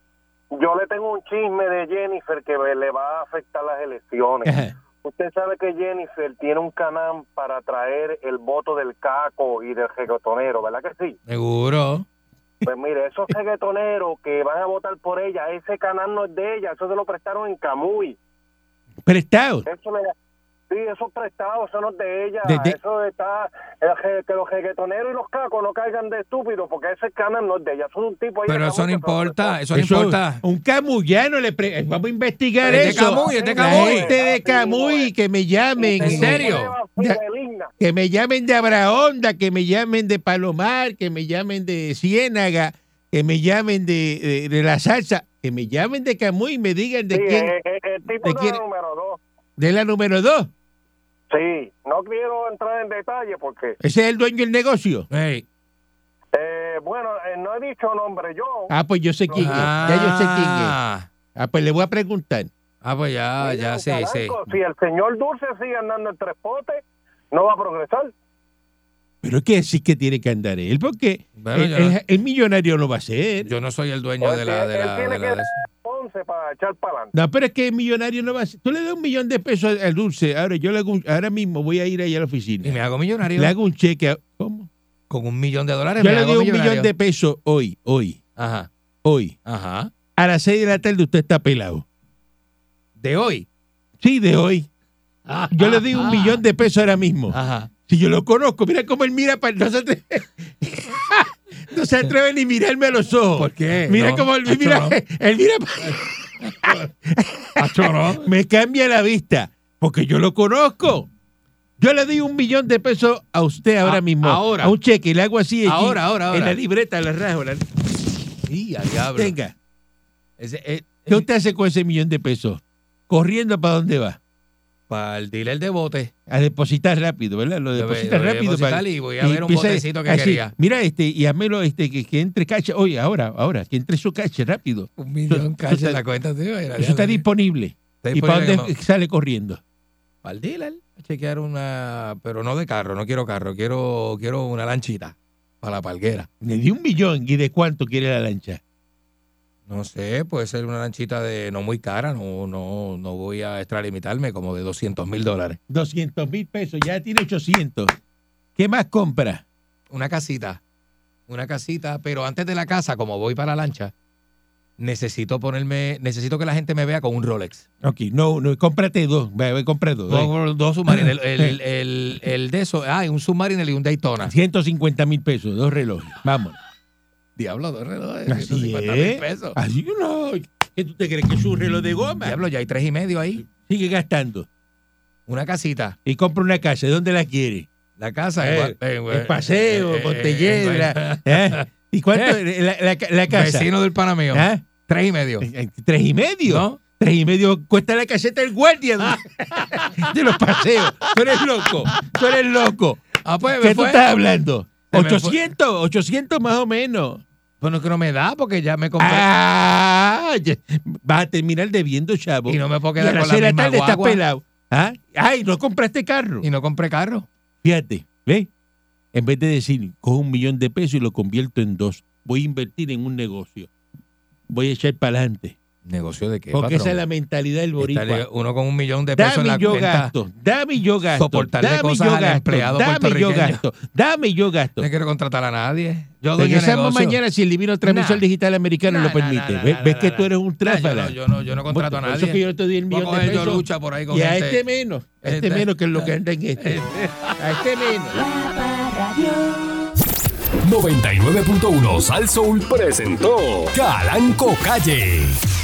S9: Yo le tengo un chisme de Jennifer que me- le va a afectar las elecciones.
S3: Ajá.
S9: Usted sabe que Jennifer tiene un canal para traer el voto del caco y del reggaetonero, ¿verdad que sí?
S4: Seguro.
S9: Pues mire, esos reggaetoneros que van a votar por ella, ese canal no es de ella, eso se lo prestaron en Camuy.
S3: Prestado.
S9: Eso le- sí, esos prestados son los de ella.
S3: De- de-
S9: Eso está. el je- que los reggaetoneros y los cacos no caigan de estúpidos porque ese canal no es de ella. Son un tipo ahí
S4: Pero
S9: de
S4: eso no
S9: Camuy que se lo
S4: importa, eso
S9: prestó.
S4: no importa.
S3: Ah. Un camullano le pre- vamos a investigar
S4: Es de
S3: eso.
S4: Este Camuy, es de
S3: La
S4: Camuy.
S3: gente de Camuy que me llamen.
S4: ¿En serio?
S3: Ya-
S9: Fideligna.
S3: Que me llamen de Abraonda, que me llamen de Palomar, que me llamen de Ciénaga, que me llamen de, de- de La Salsa, que me llamen de Camuy y me digan de
S9: Sí,
S3: quién,
S9: eh, eh, el tipo
S3: de
S9: no
S3: quién-
S9: es número dos.
S3: de la número dos.
S9: Sí, no quiero entrar en detalle porque,
S3: Ese es el dueño del negocio.
S4: Ey.
S9: eh, bueno, eh, no he dicho nombre yo.
S3: Ah, pues yo sé quién es. Ya yo sé quién es.
S4: Ah,
S3: Ah, pues le voy a preguntar.
S4: Ah, pues ya,
S9: Mire,
S4: ya
S9: don
S4: sé, sé.
S9: Calanco, Si el señor Dulce sigue andando en tres potes, no va a progresar.
S3: Pero es que sí que tiene que andar él, porque
S4: Bueno,
S3: el,
S4: yo-
S3: el- el millonario lo va a hacer.
S4: Yo no soy Eh, el dueño de la, de
S9: Pues Él
S4: la, de
S9: tiene
S4: la
S9: que
S4: de-
S9: Ponce para echar para adelante.
S3: No, pero es que el millonario no va a hacer. Tú le das un millón de pesos al- al dulce. Ahora yo le hago un- ahora mismo voy a ir ahí a la
S4: Y
S3: oficina.
S4: me hago millonario.
S3: Le hago un cheque. a- ¿Cómo?
S4: Con un millón de dólares
S3: Yo
S4: me
S3: le
S4: hago
S3: doy un
S4: millonario.
S3: millón de pesos hoy, hoy,
S4: Ajá,
S3: hoy.
S4: ajá.
S3: A las seis de la tarde usted está pelado.
S4: De hoy.
S3: Sí, de hoy. Yo le doy un millón de pesos ahora mismo.
S4: Ah, Ajá.
S3: Si yo lo conozco, mira cómo él mira para no se atreve, no se atreve ni mirarme a los ojos.
S4: ¿Por qué?
S3: Mira
S4: No,
S3: cómo él
S4: acho
S3: mira,
S4: no.
S3: él mira pa- Me cambia la vista, porque yo lo conozco. Yo le di un millón de pesos a usted ahora
S4: A-
S3: mismo.
S4: Ah, ahora.
S3: A un cheque, le hago así. aquí,
S4: Ahora, ahora,
S3: En
S4: ahora.
S3: la libreta, la rajo. la-
S4: Y al diablo.
S3: Tenga.
S4: Ese, eh,
S3: ¿Qué usted hace con ese millón de pesos? Corriendo para dónde va.
S4: para el dealer de bote.
S3: A depositar rápido, ¿verdad? Lo
S4: Lo voy-
S3: deposita
S4: lo voy a
S3: rápido.
S4: depositar
S3: para-
S4: y voy a ver un
S3: empieza
S4: botecito que
S3: así,
S4: quería.
S3: Mira, este, y házmelo este, que, que entre cacha. Oye, ahora, ahora, que entre su cacha rápido.
S4: Un
S3: millón
S4: millón cash
S3: cash
S4: en la cuenta, tío.
S3: Eso está disponible. ¿Y para dónde sale corriendo?
S4: Para el dealer. A chequear una. Pero no de carro, no quiero carro. Quiero, quiero una lanchita. Para la palguera.
S3: Le di un millón. ¿Y de cuánto quiere la lancha?
S4: No sé, puede ser una lanchita de no muy cara. No, no, no voy a extralimitarme, como de 200 mil dólares.
S3: 200 mil pesos. Ya tiene 800. ¿Qué más compra?
S4: Una casita. Una casita. Pero antes de la casa, como voy para la lancha, necesito ponerme. Necesito que la gente me vea con un Rolex.
S3: Ok, no, no, cómprate dos. Ve, ve, compra dos. eh.
S4: Dos, dos submarines. El, el- el- el de esos. Ah, y un submariner y un Daytona.
S3: 150 mil pesos, dos relojes. Vamos.
S4: Diablo, dos relojes.
S3: Así
S4: 150 mil
S3: es.
S4: pesos.
S3: Así no. ¿Qué tú te crees que es un reloj de goma?
S4: Ah, Diablo, ya hay tres y medio ahí.
S3: Sigue gastando.
S4: Una casita.
S3: Y compra una casa. ¿De dónde la quiere?
S4: La casa.
S3: Eh,
S4: en Gua- en Gua-
S3: El paseo,
S4: eh,
S3: Montelledra. ¿eh? ¿Y cuánto? La, la- la
S4: en Gua-
S3: casa.
S4: Vecino del pana mío.
S3: ¿ah? eh,
S4: Tres y medio.
S3: Tres y medio.
S4: ¿No?
S3: Tres y medio cuesta la caseta del guardia de los paseos. Tú eres loco, tú eres loco.
S4: Ah, pues
S3: ¿Qué
S4: me
S3: tú
S4: fue.
S3: estás hablando?
S4: Se me fue.
S3: 800, 800 más o menos.
S4: Bueno, que pues, no me da porque ya me compré.
S3: Ah, ya- vas a terminar debiendo, chavo.
S4: y no me puedo
S3: Y a
S4: quedar
S3: las
S4: con
S3: seis
S4: la
S3: de
S4: misma
S3: tarde estás
S4: guagua.
S3: pelado. ¿Ah? Ay, no compraste carro.
S4: Y no compré carro.
S3: Fíjate, ¿ves? En vez de decir, cojo un millón de pesos y lo convierto en dos, voy a invertir en un negocio. Voy a echar para adelante.
S4: ¿Negocio de qué,
S3: Porque
S4: patrón?
S3: esa es la mentalidad del boricua.
S4: Está le- uno con un millón de pesos en
S3: Dame
S4: la
S3: yo
S4: cuenta.
S3: gasto, dame yo gasto,
S4: Soportarle
S3: dame
S4: cosas
S3: yo
S4: al
S3: gasto,
S4: empleado
S3: dame yo
S4: puertorriqueño.
S3: gasto, dame yo gasto.
S4: No quiero contratar a nadie. Yo doy
S3: Regresamos
S4: negocio.
S3: mañana si el divino transmisor
S4: Nah.
S3: digital americano
S4: Nah,
S3: lo
S4: nah,
S3: permite.
S4: nah,
S3: ¿Ves,
S4: nah,
S3: ves
S4: nah,
S3: que
S4: nah.
S3: tú eres un
S4: Nah, yo,
S3: tráfala.
S4: no, yo, no, yo no contrato a
S3: Por eso
S4: nadie.
S3: que yo te di el
S4: Voy a
S3: millón de
S4: coger yo
S3: pesos.
S4: lucha por ahí con
S3: Y a
S4: gente.
S3: este menos, a este
S4: Este-
S3: menos que es lo que anda en este. A este menos.
S2: La Parra Dios.
S1: 99.1 Sal Soul presentó Calanco Calle.